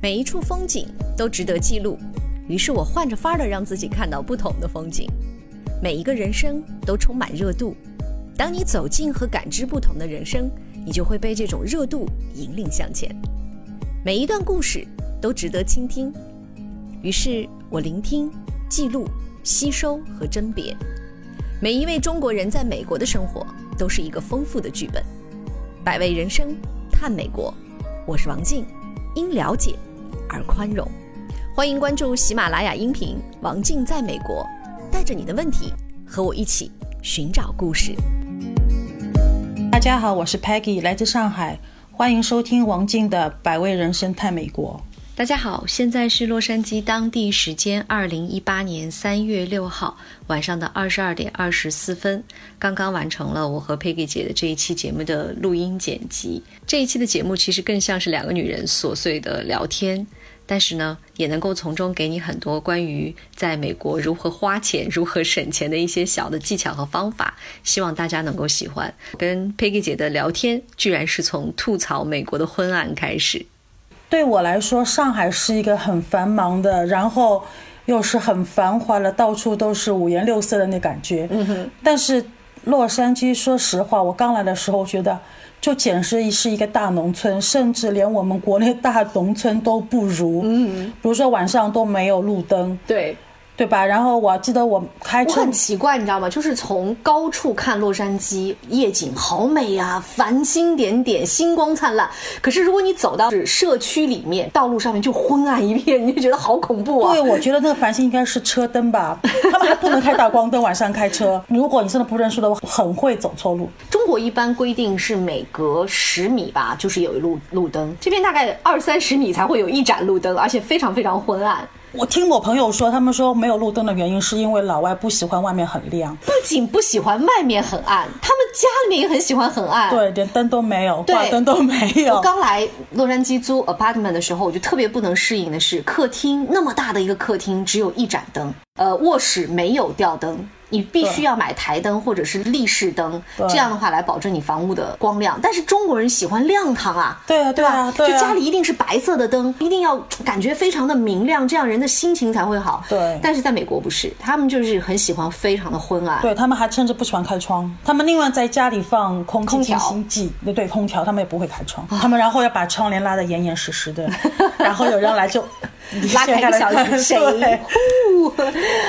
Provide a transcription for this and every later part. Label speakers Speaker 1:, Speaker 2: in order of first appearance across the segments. Speaker 1: 每一处风景都值得记录。于是我换着法儿的让自己看到不同的风景。每一个人生都充满热度，当你走进和感知不同的人生，你就会被这种热度引领向前。每一段故事都值得倾听。于是我聆听、记录、吸收和甄别。每一位中国人在美国的生活都是一个丰富的剧本。百味人生，探美国，我是王静，因了解而宽容。欢迎关注喜马拉雅音频《王静在美国》，带着你的问题和我一起寻找故事。
Speaker 2: 大家好，我是 Peggy，来自上海，欢迎收听王静的《百味人生探美国》。
Speaker 1: 大家好，现在是洛杉矶当地时间二零一八年三月六号晚上的二十二点二十四分，刚刚完成了我和 Peggy 姐的这一期节目的录音剪辑。这一期的节目其实更像是两个女人琐碎的聊天，但是呢，也能够从中给你很多关于在美国如何花钱、如何省钱的一些小的技巧和方法。希望大家能够喜欢。跟 Peggy 姐的聊天，居然是从吐槽美国的昏暗开始。
Speaker 2: 对我来说，上海是一个很繁忙的，然后又是很繁华的，到处都是五颜六色的那感觉。嗯哼。但是洛杉矶，说实话，我刚来的时候觉得，就简直是一个大农村，甚至连我们国内大农村都不如。嗯。比如说晚上都没有路灯，
Speaker 1: 对。
Speaker 2: 对吧？然后我记得我开
Speaker 3: 我
Speaker 2: 车
Speaker 3: 很奇怪，你知道吗？就是从高处看洛杉矶，夜景好美呀、繁星点点，星光灿烂。可是如果你走到社区里面，道路上面就昏暗一片，你就觉得好恐怖啊！
Speaker 2: 对，我觉得那个繁星应该是车灯吧，他们还不能开大光灯，晚上开车。如果你真的不认识的话，很会走错路。
Speaker 3: 中国一般规定是每隔十米吧，就是有一路路灯，这边大概二三十米才会有一盏路灯，而且非常非常昏暗。
Speaker 2: 我听我朋友说，他们说没有路灯的原因是因为老外不喜欢外面很亮，
Speaker 3: 不仅不喜欢外面很暗，他们家里面也很喜欢很暗。
Speaker 2: 对，连灯都没有，
Speaker 3: 对
Speaker 2: 挂灯都没
Speaker 3: 我
Speaker 2: 有。
Speaker 3: 刚来洛杉矶租 apartment 的时候，我就特别不能适应的是，客厅那么大的一个客厅，只有一盏灯，呃，卧室没有吊灯，你必须
Speaker 2: 对
Speaker 3: 要买台灯或者是立式灯，
Speaker 2: 对
Speaker 3: 这样的话来保证你房屋的光亮。但是中国人喜欢亮堂啊，
Speaker 2: 对啊，对啊，
Speaker 3: 就
Speaker 2: 对啊，
Speaker 3: 家里一定是白色的灯，一定要感觉非常的明亮，这样人的心情才会好。
Speaker 2: 对
Speaker 3: 但是在美国不是，他们就是很喜欢非常的昏暗。
Speaker 2: 对他们还甚至不喜欢开窗，他们宁愿在家里放空气
Speaker 3: 空
Speaker 2: 清
Speaker 3: 调啊
Speaker 2: 新剂，对对，空调，他们也不会开窗，他们然后要把窗帘拉得严严实实 的，然后有人来就
Speaker 3: 拉开一个小
Speaker 2: 对
Speaker 3: 眼谁？呼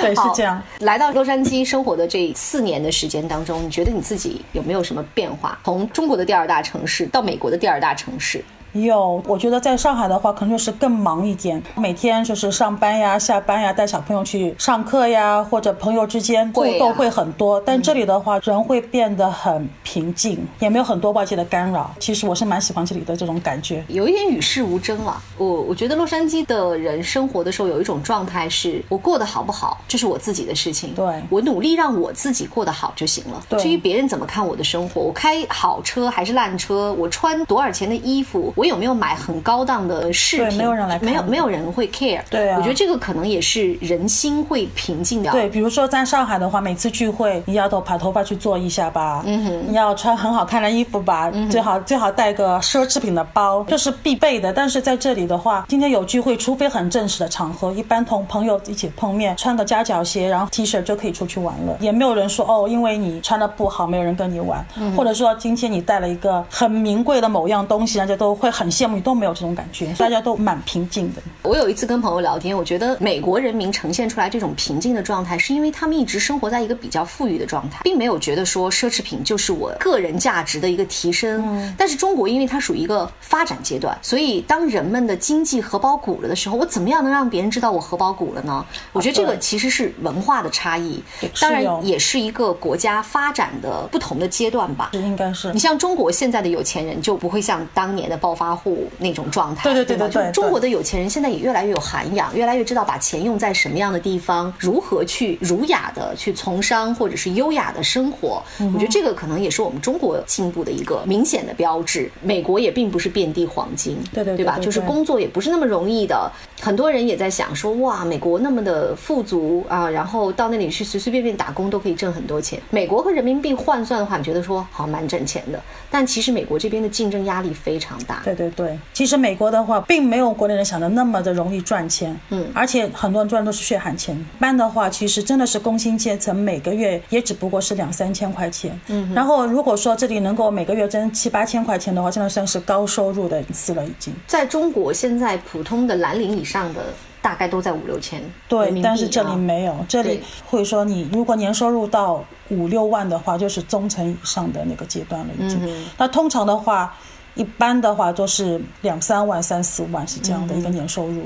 Speaker 2: 对是
Speaker 3: 好
Speaker 2: 这样。
Speaker 3: 来到洛杉矶生活的这四年的时间当中，你觉得你自己有没有什么变化？从中国的第二大城市到美国的第二大城市，
Speaker 2: 有，我觉得在上海的话，可能就是更忙一点，每天就是上班呀、下班呀，带小朋友去上课呀，或者朋友之间互
Speaker 3: 会呀
Speaker 2: 动会很多。但这里的话，人会变得很平静，也没有很多外界的干扰。其实我是蛮喜欢这里的这种感觉。
Speaker 3: 有一点与世无争了。我我觉得洛杉矶的人生活的时候有一种状态是，我过得好不好，这是我自己的事情。
Speaker 2: 对
Speaker 3: 我努力让我自己过得好就行了。
Speaker 2: 对
Speaker 3: 至于别人怎么看我的生活，我开好车还是烂车，我穿多少钱的衣服，我有没有买很高档的饰
Speaker 2: 对
Speaker 3: 品，
Speaker 2: 没有人来看
Speaker 3: 没有
Speaker 2: 的
Speaker 3: 没有人会 care。
Speaker 2: 对啊
Speaker 3: 我觉得这个可能也是人心会平静掉。
Speaker 2: 对，比如说在上海的话，每次聚会你要头把头发去做一下吧，嗯哼，嗯你要穿很好看的衣服吧，最好最好带个奢侈品的包，这是必备的。但是在这里的话，今天有聚会，除非很正式的场合，一般同朋友一起碰面，穿个夹脚鞋，然后 T 恤就可以出去玩了，也没有人说哦，因为你穿的不好，没有人跟你玩，或者说今天你带了一个很名贵的某样东西，大家都会很羡慕你，都没有这种感觉，大家都蛮平静的。
Speaker 3: 我有一次跟朋友聊天，我觉得美国人民呈现出来这种平静的状态，是因为他们一直生活在一个比较富裕的状态，并没有觉得说奢侈品就是我个人价值的一个提升。但是中国因为它属于一个发展阶段，所以当人们的经济荷包鼓了的时候，我怎么样能让别人知道我荷包鼓了呢？我觉得这个其实是文化的差异，当然
Speaker 2: 是有
Speaker 3: 也是一个国家发展的不同的阶段吧。
Speaker 2: 这应该是
Speaker 3: 你像中国现在的有钱人就不会像当年的暴发户那种状态，
Speaker 2: 对对对
Speaker 3: 吧
Speaker 2: 对对
Speaker 3: 就是中国的有钱人现在也越来越有涵养，越来越知道把钱用在什么样的地方，如何去儒雅的去从商或者是优雅的生活。
Speaker 2: 嗯
Speaker 3: 我觉得这个可能也是我们中国进步的一个明显的标志。美国也并不是遍地黄金，
Speaker 2: 对对对
Speaker 3: 对吧？
Speaker 2: 对对
Speaker 3: 就是工作也不是那么容易的，很多人也在想说，哇，美国那么的富足啊，然后到那里去随随便便打工都可以挣很多钱。美国和人民币换算的话，你觉得说好蛮挣钱的，但其实美国这边的竞争压力非常大，
Speaker 2: 对对对，其实美国的话，并没有国内人想的那么的容易赚钱，嗯，而且很多人赚都是血汗钱。一般的话，其实真的是工薪阶层，每个月也只不过是两三千块钱，嗯，然后如果说这里能够每个月挣七八千块钱的话，真的算是高收入的一次了，已经。
Speaker 3: 在中国现在普通的蓝领以上的大概都在五六千人
Speaker 2: 对，
Speaker 3: 民币啊，
Speaker 2: 但是这里没有，这里
Speaker 3: 对
Speaker 2: 会说你如果年收入到五六万的话，就是中层以上的那个阶段了已
Speaker 3: 嗯
Speaker 2: 经。那通常的话，一般的话都是两三万、三四万是这样
Speaker 3: 嗯
Speaker 2: 的一个年收入。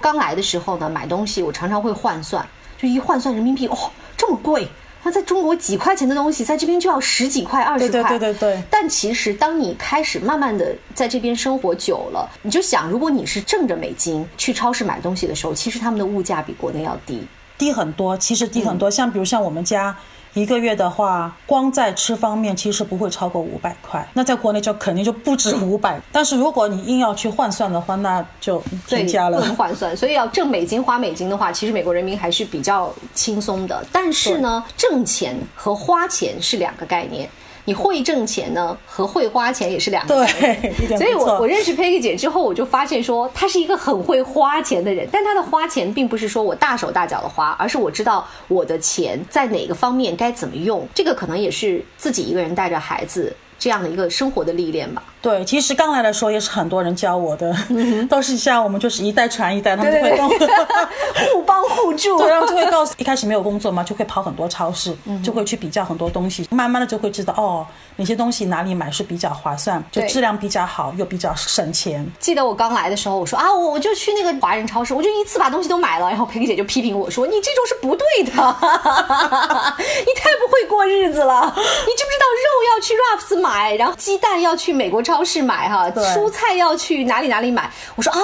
Speaker 3: 刚来的时候呢，买东西我常常会换算，就一换算人民币，哦，这么贵。那在中国几块钱的东西，在这边就要十几块、二十
Speaker 2: 对
Speaker 3: 块。
Speaker 2: 对对对对
Speaker 3: 但其实，当你开始慢慢的在这边生活久了，你就想，如果你是挣着美金去超市买东西的时候，其实他们的物价比国内要低。
Speaker 2: 低很多，其实低很
Speaker 3: 嗯
Speaker 2: 多。像比如像我们家。一个月的话，光在吃方面其实不会超过五百块，那在国内就肯定就不止五百。但是如果你硬要去换算的话，那就
Speaker 3: 对，
Speaker 2: 添加了
Speaker 3: 不。能换算，所以要挣美金花美金的话，其实美国人民还是比较轻松的。但是呢，挣钱和花钱是两个概念，你会挣钱呢和会花钱也是两个概念。
Speaker 2: 对，一点
Speaker 3: 所以
Speaker 2: 不
Speaker 3: 我，
Speaker 2: 错
Speaker 3: 我。认识 Peggy 姐之后，我就发现说，她是一个很会花钱的人。但她的花钱并不是说我大手大脚的花，而是我知道我的钱在哪个方面该怎么用。这个可能也是自己一个人带着孩子这样的一个生活的历练吧。
Speaker 2: 对，其实刚来的时候也是很多人教我的，
Speaker 3: 嗯
Speaker 2: 都是像我们就是一代传一代，他们就会跟我，
Speaker 3: 互帮互助。啊
Speaker 2: 对，然后就会告诉，一开始没有工作嘛，就会跑很多超市，
Speaker 3: 嗯
Speaker 2: 就会去比较很多东西，慢慢的就会知道哦，哪些东西哪里买是比较划算，就
Speaker 3: 对
Speaker 2: 质量比较好，又比较省钱。
Speaker 3: 记得我刚来的时候，我说啊，我我就去那个华人超市，我就一次把东西都买了。然后佩佩姐就批评我说：“你这种是不对的， 你太不会过日子了。你知不知道肉要去 Raps 买，然后鸡蛋要去美国超市买哈、
Speaker 2: 对
Speaker 3: 蔬菜要去哪里哪里买？”我说啊，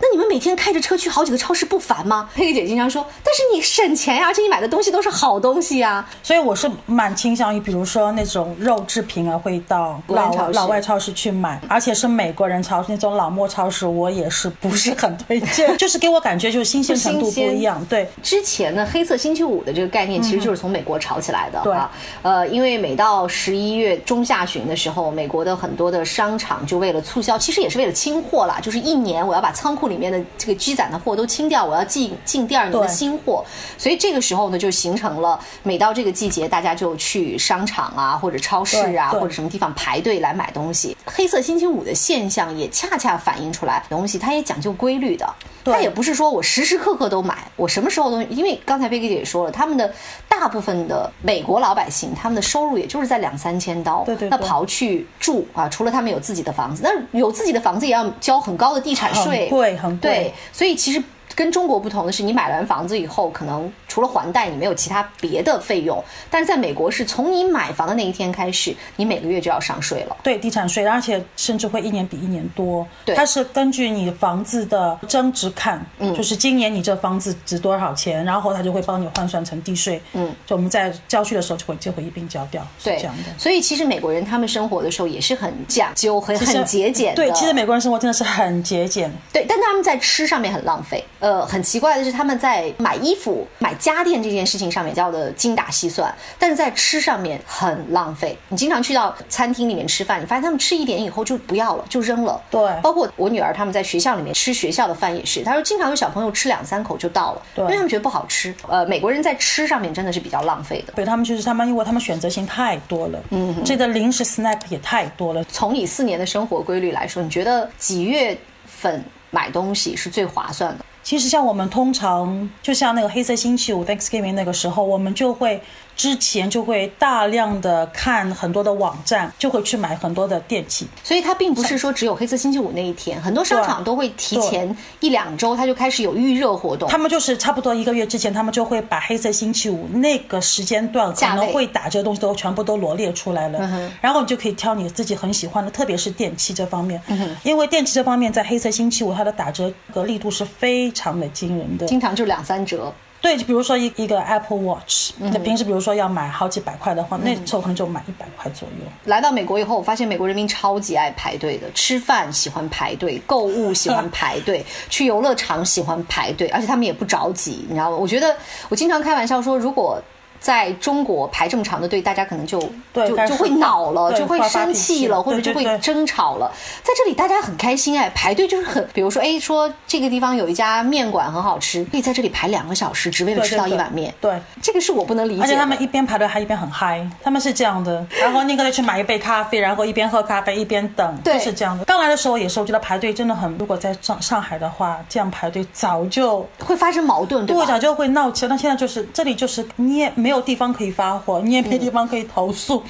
Speaker 3: 那你们每天开着车去好几个超市不烦吗？佩佩姐经常说：“但是你省钱呀、而且你买的东西都是好东西呀、
Speaker 2: 所以我是蛮倾向于，比如说那种肉制品啊，会到
Speaker 3: 国外超
Speaker 2: 老
Speaker 3: 市
Speaker 2: 老外超市去买，而且是美国人超市那种老莫超市，我也是不是很推 荐，就是给我感觉就是新鲜程度
Speaker 3: 不
Speaker 2: 不
Speaker 3: 新鲜
Speaker 2: 一样。对，
Speaker 3: 之前呢，黑色星期五的这个概念其实就是从美国炒起来的、
Speaker 2: 嗯对
Speaker 3: 啊。呃，因为每到十一月中下旬的时候，美国的很多的商场就为了促销，其实也是为了清货啦，就是一年我要把仓库里面的这个积攒的货都清掉，我要进进第二年的
Speaker 2: 对
Speaker 3: 新货。所以这个时候呢，就形成了每到这个季节，大家就去商场啊，或者超市啊，
Speaker 2: 对
Speaker 3: 或
Speaker 2: 对
Speaker 3: 者什么地方排队来买东西。黑色星期五的现象也恰恰反映出来，东西它也讲究规律的。
Speaker 2: 对
Speaker 3: 它也不是说我时时刻刻都买，我什么时候都，因为刚才贝克姐也说了，他们的大部分的美国老百姓，他们的收入也就是在两三千刀，
Speaker 2: 对对
Speaker 3: 那
Speaker 2: 对
Speaker 3: 刨去住啊，除了他们有自己的房子，那有自己的房子也要交很高的地产税，
Speaker 2: 很贵很贵
Speaker 3: 对，所以其实。跟中国不同的是，你买完房子以后，可能除了还贷，你没有其他别的费用。但是在美国，是从你买房的那一天开始，你每个月就要上税了。
Speaker 2: 对地产税，而且甚至会一年比一年多。
Speaker 3: 对
Speaker 2: 它是根据你房子的增值看，嗯，就是今年你这房子值多少钱，然后它就会帮你换算成地税，嗯，就我们在郊区的时候就会就会一并交掉，是
Speaker 3: 对
Speaker 2: 这样的。，
Speaker 3: 所以其实美国人他们生活的时候也是很讲究、很很节俭的。
Speaker 2: 对，其实美国人生活真的是很节俭，
Speaker 3: 对，但他们在吃上面很浪费。呃，很奇怪的是，他们在买衣服、买家电这件事情上面叫的精打细算，但是在吃上面很浪费。你经常去到餐厅里面吃饭，你发现他们吃一点以后就不要了，就扔了。
Speaker 2: 对
Speaker 3: 包括我女儿他们在学校里面吃学校的饭也是，她说经常有小朋友吃两三口就倒了，因
Speaker 2: 对
Speaker 3: 为他们觉得不好吃。呃，美国人在吃上面真的是比较浪费的。
Speaker 2: 对他们就是他们，因为他们选择性太多了，嗯，这个零食 snack 也太多了，
Speaker 3: 从你四年的生活规律来说，你觉得几月份买东西是最划算的？
Speaker 2: 其实像我们通常，就像那个黑色星期五 Thanksgiving 那个时候，我们就会之前就会大量的看很多的网站，就会去买很多的电器。
Speaker 3: 所以它并不是说只有黑色星期五那一天，很多商场都会提前一两周，它就开始有预热活动
Speaker 2: 他。们就是差不多一个月之前，他们就会把黑色星期五那个时间段可
Speaker 3: 价位
Speaker 2: 能会打折的东西都全部都罗列出来了，然后你就可以挑你自己很喜欢的，特别是电器这方面，因为电器这方面在黑色星期五它的打折个力度是非常的惊人的，
Speaker 3: 经常就两三折，
Speaker 2: 对，就比如说一一个 Apple Watch，那、
Speaker 3: 嗯
Speaker 2: 平时比如说要买好几百块的话，那时候可能就买一百块左右。
Speaker 3: 来到美国以后，我发现美国人民超级爱排队的，吃饭喜欢排队，购物喜欢排 队，去游乐场喜欢排队，而且他们也不着急，你知道吗？我觉得我经常开玩笑说，如果在中国排这么长的队，大家可能就
Speaker 2: 对
Speaker 3: 就
Speaker 2: 开始
Speaker 3: 就会恼了，
Speaker 2: 对
Speaker 3: 就会
Speaker 2: 发发
Speaker 3: 生
Speaker 2: 脾
Speaker 3: 气
Speaker 2: 气
Speaker 3: 了，或者
Speaker 2: 对
Speaker 3: 就会
Speaker 2: 对对
Speaker 3: 争吵了。在这里大家很开心哎，排队就是很，比如说哎说这个地方有一家面馆很好吃，可以在这里排两个小时，只为了
Speaker 2: 对
Speaker 3: 吃
Speaker 2: 对
Speaker 3: 到一
Speaker 2: 对
Speaker 3: 碗面。
Speaker 2: 对，
Speaker 3: 这个是我不能理解的。
Speaker 2: 而且他们一边排队还一边很嗨，他们是这 样的，然后宁可再去买一杯咖啡，然后一边喝咖啡一边等，
Speaker 3: 对
Speaker 2: 就是这样的。刚来的时候也是，我觉得排队真的很，如果在上上海的话，这样排队早就
Speaker 3: 会发生矛盾，对
Speaker 2: 跺
Speaker 3: 吧？
Speaker 2: 脚就会闹起来。但现在就是这里就是你也没有地方可以发火，
Speaker 3: 嗯
Speaker 2: 你也没地方可以投诉，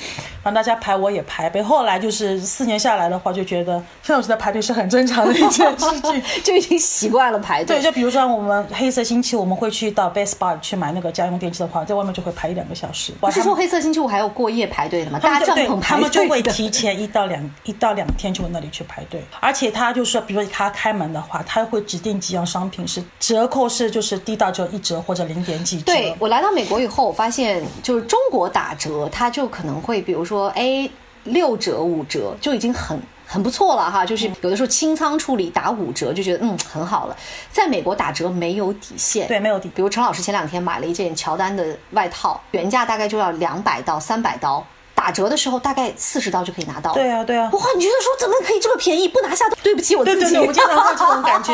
Speaker 2: 反正大家排我也排呗。后来就是四年下来的话，就觉得现在我觉得排队是很正常的一件事 情。
Speaker 3: 就已经习惯了排队。
Speaker 2: 对，就比如说我们黑色星期，我们会去到 Best Buy 去买那个家用电器的话，在外面就会排一两个小时。
Speaker 3: 不
Speaker 2: 不
Speaker 3: 是说黑色星期五还有过夜排队的吗？搭帐
Speaker 2: 对，
Speaker 3: 篷
Speaker 2: 他
Speaker 3: 排
Speaker 2: 们就
Speaker 3: 队
Speaker 2: 会
Speaker 3: 的。
Speaker 2: 提前一到两一到两天就往那里去排队，而且他就说，比如说他开门的话，他会指定几样商品是折扣是就是低到只有一折或者零点几折。
Speaker 3: 对我来到美国以后，我发现就是中国打折，它就可能会比如说哎六折五折就已经很。很不错了哈，就是有的时候清仓处理打五折就觉得嗯很好了。在美国打折没有底线，
Speaker 2: 对，没有底。
Speaker 3: 比如陈老师前两天买了一件乔丹的外套，原价大概就要两百到三百刀，打折的时候大概四十刀就可以拿到了。
Speaker 2: 对啊，对啊。
Speaker 3: 哇，你觉得说怎么可以这么便宜？不拿下，对不起我自
Speaker 2: 对
Speaker 3: 己。
Speaker 2: 对对，我经常会这种感觉。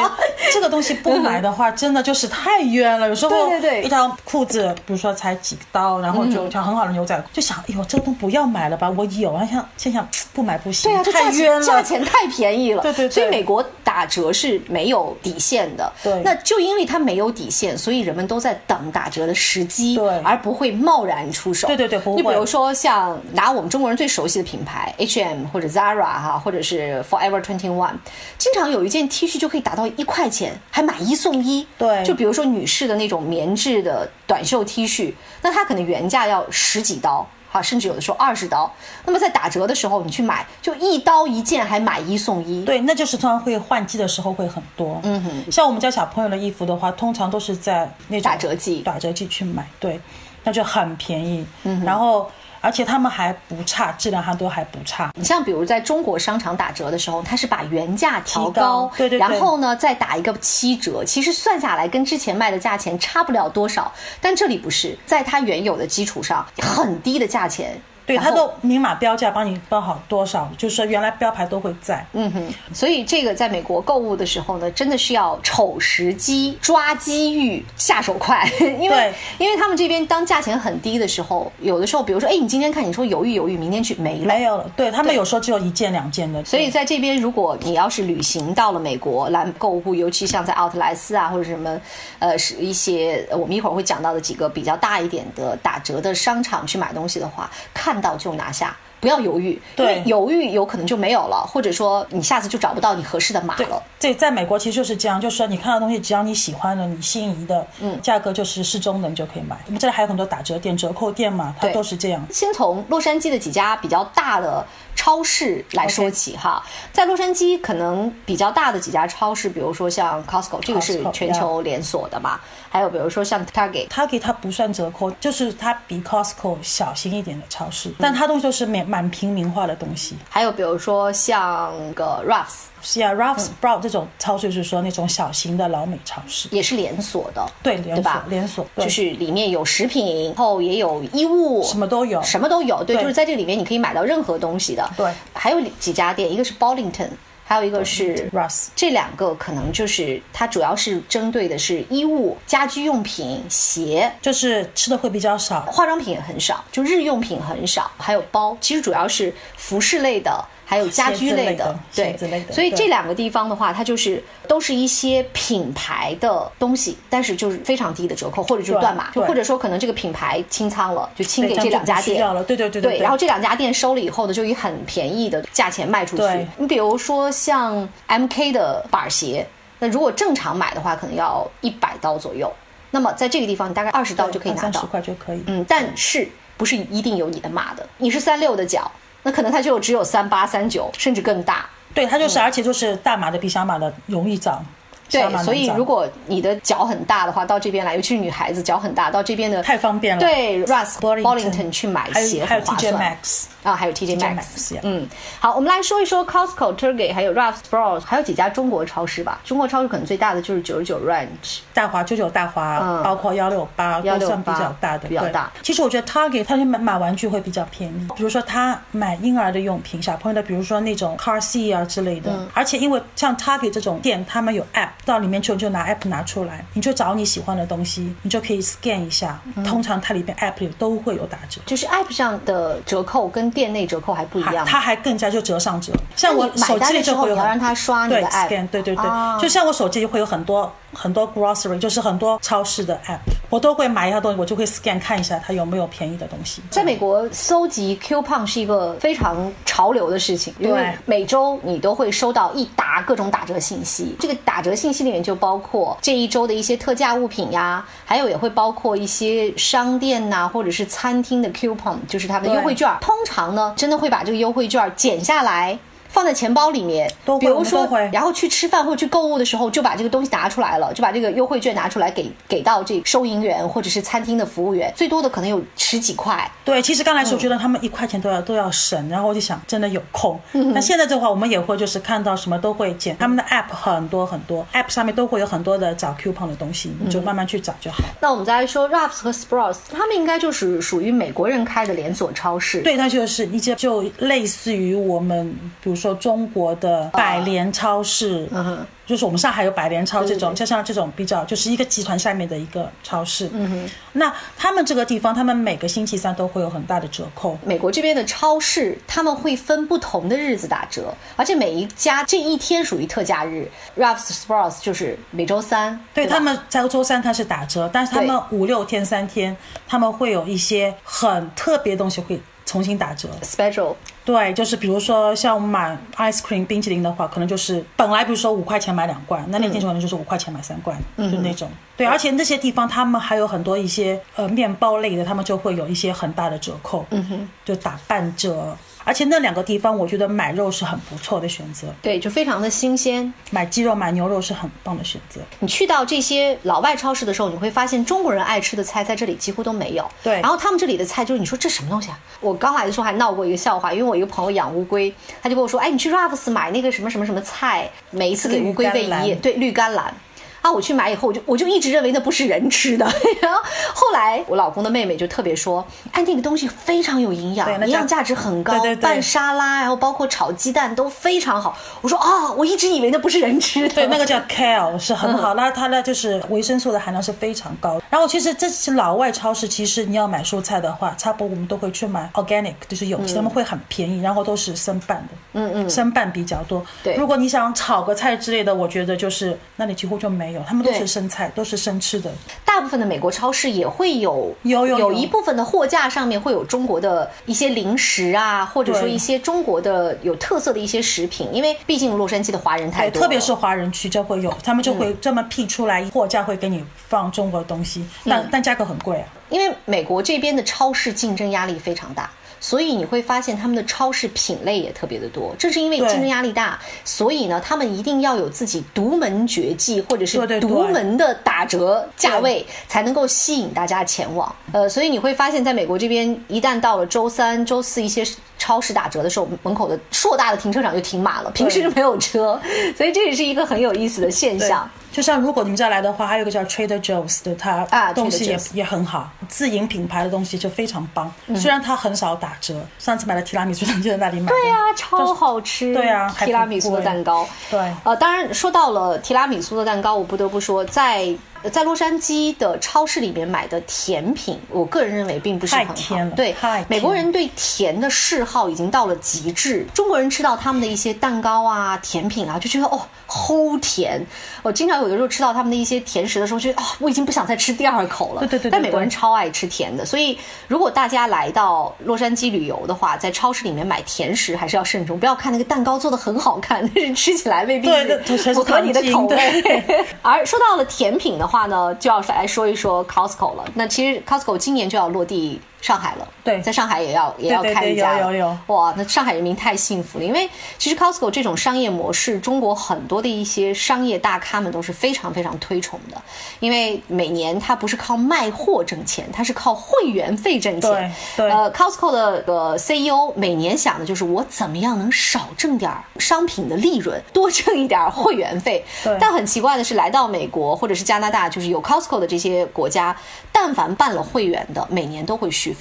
Speaker 2: 这个东西不买的话，真的就是太冤了。有时候
Speaker 3: 对对对嗯
Speaker 2: 一条裤子，比如说才几刀，然后就一条很好的牛仔裤，就想，哎呦，这个东西不要买了吧，我有，然后想心想不买不行，
Speaker 3: 对啊， 这
Speaker 2: 太
Speaker 3: 价钱
Speaker 2: 冤了，
Speaker 3: 价钱太便宜了。
Speaker 2: 对对对
Speaker 3: 所以美国打折是没有底线的。
Speaker 2: 对
Speaker 3: 那就因为它没有底线，所以人们都在等打折的时机，
Speaker 2: 对
Speaker 3: 而不会贸然出手。
Speaker 2: 对对对不会
Speaker 3: 你比如说像拿我们中国人最熟悉的品牌 H&M 或者 Zara 哈、或者是 Forever Twenty One，经常有一件 T 恤就可以打到一块钱，还买一送一。
Speaker 2: 对
Speaker 3: 就比如说女士的那种棉质的短袖 T 恤，那它可能原价要十几刀。啊，甚至有的时候二十刀，那么在打折的时候，你去买就一刀一件，还买一送一。
Speaker 2: 对，那就是通常会换季的时候会很多。嗯哼，像我们家小朋友的衣服的话，通常都是在那种
Speaker 3: 打折季
Speaker 2: 打折季去买，对，那就很便宜。嗯，然后而且他们还不差，质量还都还不差。
Speaker 3: 你像比如在中国商场打折的时候，它是把原价调
Speaker 2: 提高对对对
Speaker 3: 然后呢再打一个 七折，其实算下来跟之前卖的价钱差不了多少。但这里不是，在它原有的基础上很低的价钱，
Speaker 2: 对，
Speaker 3: 然
Speaker 2: 它
Speaker 3: 后
Speaker 2: 都明码标价帮你报好多少，就是说原来标牌都会在。嗯，
Speaker 3: 所以这个在美国购物的时候呢，真的是要瞅哦时机、抓机遇、下手快，因为
Speaker 2: 对
Speaker 3: 因为他们这边当价钱很低的时候，有的时候比如说，哎，你今天看你说犹豫犹豫，明天去没了。
Speaker 2: 没有了，对他们有时候只有一件两件的，
Speaker 3: 所以在这边，如果你要是旅行到了美国来购物，尤其像在奥特莱斯啊，或者什么，呃，是一些呃我们一会儿会讲到的几个比较大一点的打折的商场去买东西的话，看到就拿下。不要犹豫，因为
Speaker 2: 对
Speaker 3: 犹豫有可能就没有了，或者说你下次就找不到你合适的码
Speaker 2: 对
Speaker 3: 了。
Speaker 2: 对，在美国其实就是这样，就是说你看到东西，只要你喜欢的、你心仪的，嗯，价格就是适中的，你就可以买。我们这里还有很多打折店、折扣店嘛，它
Speaker 3: 对
Speaker 2: 都是这样。
Speaker 3: 先从洛杉矶的几家比较大的超市来说起哈，在洛杉矶可能比较大的几家超市，比如说像 Costco，这个是
Speaker 2: Costco，
Speaker 3: 全球连锁的嘛，还有比如说像 Target，
Speaker 2: 它给它不算折扣，就是它比 Costco 小型一点的超市，
Speaker 3: 嗯
Speaker 2: 但它东西都是蛮蛮平民化的东西。
Speaker 3: 还有比如说像个 Ralphs，
Speaker 2: 是啊 r a l
Speaker 3: 嗯
Speaker 2: p h s b r o w 这种超市就是说那种小型的老美超市，
Speaker 3: 也是连锁的，
Speaker 2: 对，
Speaker 3: 对
Speaker 2: 连锁
Speaker 3: 吧，
Speaker 2: 连锁，对
Speaker 3: 就。是里面有食品，然后也有衣物，
Speaker 2: 什么都有
Speaker 3: 什么都有。对，
Speaker 2: 对
Speaker 3: 就是在这个里面你可以买到任何东西的。
Speaker 2: 对
Speaker 3: 还有几家店，一个是 Bollington，还有一个是
Speaker 2: Ross
Speaker 3: 这两个可能就是它主要是针对的是衣物、家居用品、鞋。
Speaker 2: 就是吃的会比较少，
Speaker 3: 化妆品也很少，就日用品很少，还有包，其实主要是服饰类的，还有家居类的，
Speaker 2: 鞋
Speaker 3: 对
Speaker 2: 子类的鞋子类的
Speaker 3: 所以
Speaker 2: 对
Speaker 3: 这两个地方的话，它就是都是一些品牌的东西，但是就是非常低的折扣，或者就是
Speaker 2: 对
Speaker 3: 断码，就
Speaker 2: 对
Speaker 3: 或者说可能这个品牌清仓了，就清给
Speaker 2: 对
Speaker 3: 这
Speaker 2: 这样就
Speaker 3: 两家
Speaker 2: 不需
Speaker 3: 店
Speaker 2: 要。了，对对对
Speaker 3: 对，
Speaker 2: 对。
Speaker 3: 然后这两家店收了以后呢，就以很便宜的价钱卖出去
Speaker 2: 对。
Speaker 3: 你比如说像 M K 的板儿鞋，那如果正常买的话，可能要一百刀左右。那么在这个地方，你大概二十刀就可以拿
Speaker 2: 三
Speaker 3: 到
Speaker 2: 十。块就可以。
Speaker 3: 嗯，但是不是一定有你的码的？你是三六的脚，那可能它就只有三八、三九，甚至更大。
Speaker 2: 对，它就是，而且就是大码的比小码的容易长。小
Speaker 3: 嗯对
Speaker 2: 码，能
Speaker 3: 所以
Speaker 2: 长
Speaker 3: 如果你的脚很大的话，到这边来，尤其是女孩子脚很大，到这边的
Speaker 2: 太方便了，
Speaker 3: 对 Russ
Speaker 2: Bollington
Speaker 3: Bollington 去买
Speaker 2: 还
Speaker 3: 鞋
Speaker 2: 有还
Speaker 3: 很
Speaker 2: 有
Speaker 3: 划
Speaker 2: TJ
Speaker 3: 算。
Speaker 2: Maxx，
Speaker 3: 啊，还有 TJ
Speaker 2: TJ
Speaker 3: Maxx
Speaker 2: Maxx，yeah。
Speaker 3: 嗯，好，我们来说一说 Costco、Target 还有 Ralph Sprouts，还有几家中国超市吧。中国超市可能最大的就是九十九 Ranch。
Speaker 2: 大华九九大华，
Speaker 3: 嗯
Speaker 2: 包括幺六八都算比较大的，
Speaker 3: 比较大
Speaker 2: 对。其实我觉得 Target 它去买买玩具会比较便宜，比如说他买婴儿的用品、小朋友的，比如说那种 car seat 啊之类的。
Speaker 3: 嗯
Speaker 2: 而且因为像 Target 这种店，他们有 app，到里面去你就拿 app 拿出来，你就找你喜欢的东西，你就可以 scan 一下。
Speaker 3: 嗯
Speaker 2: 通常它里边 app 里都会有打折。
Speaker 3: 就是 App 上的折扣跟店内折扣还不一
Speaker 2: 它
Speaker 3: 样吗。
Speaker 2: 它还更加就折上折，像我
Speaker 3: 那你买
Speaker 2: 手
Speaker 3: 单
Speaker 2: 机
Speaker 3: 的
Speaker 2: 里
Speaker 3: 时
Speaker 2: 就
Speaker 3: 候
Speaker 2: 会有
Speaker 3: 你要
Speaker 2: 很
Speaker 3: 让它刷你的
Speaker 2: 对
Speaker 3: app
Speaker 2: scan，对对对，
Speaker 3: 啊
Speaker 2: 就像我手机会有很多很多 grocery，就是很多超市的 app，我都会买一下东西，我就会 scan 看一下它有没有便宜的东西。
Speaker 3: 在美国，搜集 coupon 是一个非常潮流的事情，因为
Speaker 2: 对
Speaker 3: 每周你都会收到一沓各种打折信息。这个打折信息里面就包括这一周的一些特价物品呀，还有也会包括一些商店呐、或者是餐厅的 coupon，就是他们的
Speaker 2: 对
Speaker 3: 优惠券。通常呢，真的会把这个优惠券剪下来。放在钱包里面，
Speaker 2: 都会
Speaker 3: 比如
Speaker 2: 我们
Speaker 3: 说
Speaker 2: 都会，
Speaker 3: 然后去吃饭或者去购物的时候，就把这个东西拿出来了，就把这个优惠券拿出来给给到这个收银员或者是餐厅的服务员，最多的可能有十几块，
Speaker 2: 对，其实
Speaker 3: 嗯
Speaker 2: 刚来时候觉得他们一块钱都要、都要省，然后我就想真的有空。
Speaker 3: 嗯
Speaker 2: 那现在的话，我们也会就是看到什么都会减，他们的 app 很多很多，app 上面都会有很多的找 coupon 的东西，你就
Speaker 3: 嗯
Speaker 2: 慢慢去找就好。
Speaker 3: 那我们再来说 Ralphs 和 Sprouts，他们应该就是属于美国人开的连锁超市。，
Speaker 2: 对，它就是一些就类似于我们，比如说中国的百联超市，
Speaker 3: 啊嗯哼
Speaker 2: 就是我们上海有百联超这
Speaker 3: 对对
Speaker 2: 种，就像这种比较，就是一个集团下面的一个超市。嗯哼，那他们这个地方，他们每个星期三都会有很大的折扣。
Speaker 3: 美国这边的超市他们会分不同的日子打折，而且每一家这一天属于特价日。Ralphs Sprouts 就是每周三，
Speaker 2: 对，
Speaker 3: 吧
Speaker 2: 他们在周三开始打折，但是他们五六天、三天，他们会有一些很特别的东西会重新打折。
Speaker 3: special
Speaker 2: 对，就是比如说像我们买 ice cream 冰淇淋的话，可能就是本来比如说五块钱买两罐，那那天可能就是五块钱买三罐，就那种。对，而且那些地方他们还有很多一些呃面包类的，他们就会有一些很大的折扣，嗯哼，就打半折。而且那两个地方，我觉得买肉是很不错的选择，
Speaker 3: 对，就非常的新鲜。
Speaker 2: 买鸡肉、买牛肉是很棒的选择。
Speaker 3: 你去到这些老外超市的时候，你会发现中国人爱吃的菜在这里几乎都没有。
Speaker 2: 对
Speaker 3: 然后他们这里的菜就是你说这什么东西啊？我刚来的时候还闹过一个笑话，因为我一个朋友养乌龟，他就跟我说，哎，你去 Ralphs 买那个什么什么什么菜，每一次给乌龟喂
Speaker 2: 绿甘
Speaker 3: 一
Speaker 2: 蓝
Speaker 3: 夜，对，绿甘蓝。啊，我去买以后，我就我就一直认为那不是人吃的。然后后来我老公的妹妹就特别说，哎，那个东西非常有营养
Speaker 2: 对，那
Speaker 3: 营养
Speaker 2: 叫
Speaker 3: 价值很高，
Speaker 2: 对对对
Speaker 3: 拌沙拉，然后包括炒鸡蛋都非常好。我说哦，我一直以为那不是人吃的。
Speaker 2: 对，那个叫 kale 是很
Speaker 3: 嗯
Speaker 2: 好，那它的就是维生素的含量是非常高。然后其实这些老外超市，其实你要买蔬菜的话，差不多我们都会去买 organic，就是有
Speaker 3: 嗯
Speaker 2: 机，他们会很便宜，然后都是生拌的，嗯嗯，生拌比较多。
Speaker 3: 对
Speaker 2: 如果你想炒个菜之类的，我觉得就是那里几乎就没有，他们都
Speaker 3: 对
Speaker 2: 是生菜，都是生吃的。
Speaker 3: 大部分的美国超市也会有
Speaker 2: 有有有
Speaker 3: 一部分的货架上面会有中国的一些零食啊，或者说
Speaker 2: 对
Speaker 3: 一些中国的有特色的一些食品，因为毕竟洛杉矶的华人太
Speaker 2: 对，
Speaker 3: 多了，嗯
Speaker 2: 特别是华人区就会有，他们就会专门辟出来货架会给你放中国的东西，
Speaker 3: 嗯
Speaker 2: 但但价格很贵啊。
Speaker 3: 因为美国这边的超市竞争压力非常大，所以你会发现他们的超市品类也特别的多。正是因为
Speaker 2: 对
Speaker 3: 竞争压力大，所以呢，他们一定要有自己独门绝技，或者
Speaker 2: 对
Speaker 3: 是
Speaker 2: 对对
Speaker 3: 独门的打折价位，才能够吸引大家前往。呃，所以你会发现在美国这边，一旦到了周三、周四一些超市打折的时候，门口的硕大的停车场就停满了，平时就没有车，所以这也是一个很有意思的现
Speaker 2: 对
Speaker 3: 象。
Speaker 2: 就像如果你们再来的话，还有一个叫 Trader Joe's 的，
Speaker 3: 啊
Speaker 2: 它东西也、
Speaker 3: Trader Joe's 嗯
Speaker 2: 也很好，自营品牌的东西就非常棒。虽然它很少打折，上次买的提拉米苏就在那里买的。对
Speaker 3: 对啊，超好吃。
Speaker 2: 对啊还
Speaker 3: 提
Speaker 2: 不
Speaker 3: 拉米苏的
Speaker 2: 贵
Speaker 3: 蛋糕。
Speaker 2: 对
Speaker 3: 呃，当然说到了提拉米苏的蛋糕，我不得不说，在呃在洛杉矶的超市里面买的甜品，我个人认为并不是很好。
Speaker 2: 太甜了
Speaker 3: 对
Speaker 2: 太甜，
Speaker 3: 美国人对甜的嗜好已经到了极致。中国人吃到他们的一些蛋糕啊、甜品啊，就觉得哦，齁甜。我经常有的时候吃到他们的一些甜食的时候，觉得啊、我已经不想再吃第二口了。
Speaker 2: 对对对对
Speaker 3: 但美国
Speaker 2: 对
Speaker 3: 人超爱吃甜的，所以如果大家来到洛杉矶旅游的话，在超市里面买甜食还是要慎重，不要看那个蛋糕做的很好看，但是吃起来未必
Speaker 2: 对对对
Speaker 3: 是符合你的口
Speaker 2: 全是糖
Speaker 3: 味。 而说到了甜品的话呢，就要来说一说 Costco 了。那其实 Costco 今年就要落地。上海了，
Speaker 2: 对
Speaker 3: 在上海也要也要
Speaker 2: 对对
Speaker 3: 开一
Speaker 2: 对
Speaker 3: 家
Speaker 2: 有
Speaker 3: 了
Speaker 2: 有有
Speaker 3: 哇，那上海人民太幸福了，因为其实 Costco 这种商业模式，中国很多的一些商业大咖们都是非常非常推崇的，因为每年它不是靠卖货挣钱，它是靠会员费挣钱。
Speaker 2: 对对
Speaker 3: 呃，Costco 的呃 CEO 每年想的就是我怎么样能少挣点儿商品的利润，多挣一点儿会员费
Speaker 2: 对。
Speaker 3: 但很奇怪的是，来到美国或者是加拿大，就是有 Costco 的这些国家，但凡办了会员的，每年都会续费。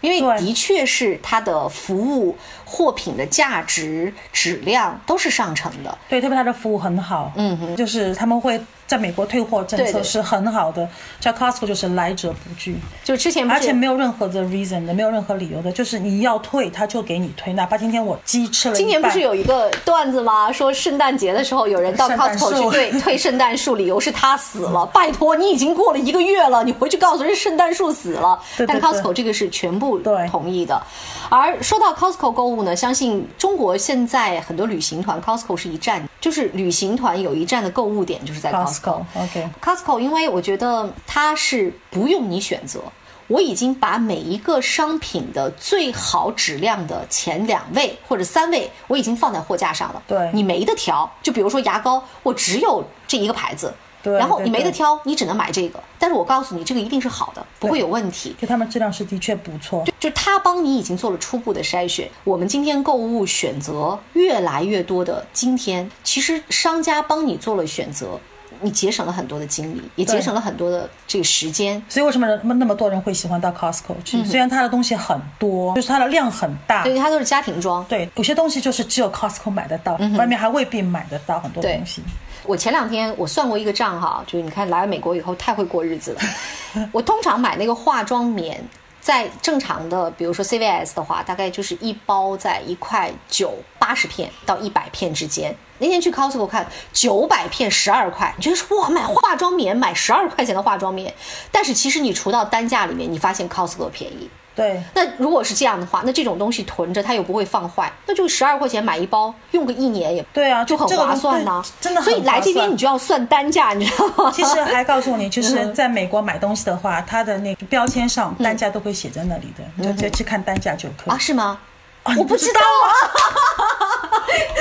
Speaker 3: 因为
Speaker 2: 对
Speaker 3: 的确是它的服务、货品的价值、质量都是上乘的。
Speaker 2: 对，特别它的服务很好，嗯哼，就是他们会在美国退货政
Speaker 3: 对
Speaker 2: 策
Speaker 3: 对
Speaker 2: 是很好的，在 Costco 就是来者不拒，
Speaker 3: 就之前不
Speaker 2: 而
Speaker 3: 是
Speaker 2: 且没有任何的 reason 的，没有任何理由的，就是你要退他就给你退，哪怕今天我鸡吃了一半，
Speaker 3: 今年不是有一个段子吗？说圣诞节的时候有人到
Speaker 2: 圣诞
Speaker 3: Costco 去
Speaker 2: 树
Speaker 3: 对退圣诞树，理由是他死 了。拜托，你已经过了一个月了，你回去告诉人圣诞树死了。
Speaker 2: 对对
Speaker 3: 但
Speaker 2: 对
Speaker 3: Costco 这个是全部
Speaker 2: 对
Speaker 3: 同意的。而说到 Costco 购物呢，相信中国现在很多旅行团 Costco 是一站，就是旅行团有一站的购物点就是在 Costco。
Speaker 2: Costco，OK，、
Speaker 3: Costco，因为我觉得它是不用你选择，我已经把每一个商品的最好质量的前两位或者三位，我已经放在货架上了。
Speaker 2: 对
Speaker 3: 你没得挑。就比如说牙膏，我只有这一个牌子，
Speaker 2: 对
Speaker 3: 然后你
Speaker 2: 对
Speaker 3: 没得
Speaker 2: 对
Speaker 3: 挑，你只能买这个。但是我告诉你，这个一定是好的，不会有问题。
Speaker 2: 就他们质量是的确不错，
Speaker 3: 就他帮你已经做了初步的筛选。我们今天购物选择越来越多的，今天其实商家帮你做了选择，你节省了很多的精力，也节省了很多的这个时间。
Speaker 2: 所以为什么人那么多人会喜欢到 Costco
Speaker 3: 嗯
Speaker 2: 去？虽然它的东西很多，就是它的量很大
Speaker 3: 所。以它都是家庭装。
Speaker 2: 对，有些东西就是只有 Costco 买得到，
Speaker 3: 嗯
Speaker 2: 外面还未必买得到很多
Speaker 3: 对
Speaker 2: 东西。
Speaker 3: 我前两天我算过一个账哈，就是你看来了美国以后太会过日子了。 我通常买那个化妆棉，在正常的比如说 CVS 的话，大概就是一包在一块九八十片到一百片之间。那天去 Costco 看九百片十二块，你觉得说哇买化妆棉买十二块钱的化妆棉，但是其实你除到单价里面，你发现 Costco 便宜。
Speaker 2: 对，
Speaker 3: 那如果是这样的话，那这种东西囤着它又不会放坏，那就十二块钱买一包，用个一年也
Speaker 2: 对啊
Speaker 3: 就很
Speaker 2: 这个
Speaker 3: 划算呐、
Speaker 2: 对真的很
Speaker 3: 所以来这
Speaker 2: 划
Speaker 3: 边
Speaker 2: 算
Speaker 3: 你就嗯要算单价，你知道吗？
Speaker 2: 其实还告诉你，就是在美国买东西的话，它的那个标签上单价都会写在那里的，你就直接去看单价就可以
Speaker 3: 嗯啊，。是吗？
Speaker 2: 啊
Speaker 3: 我
Speaker 2: 你不
Speaker 3: 知
Speaker 2: 知
Speaker 3: 道
Speaker 2: 道
Speaker 3: 啊，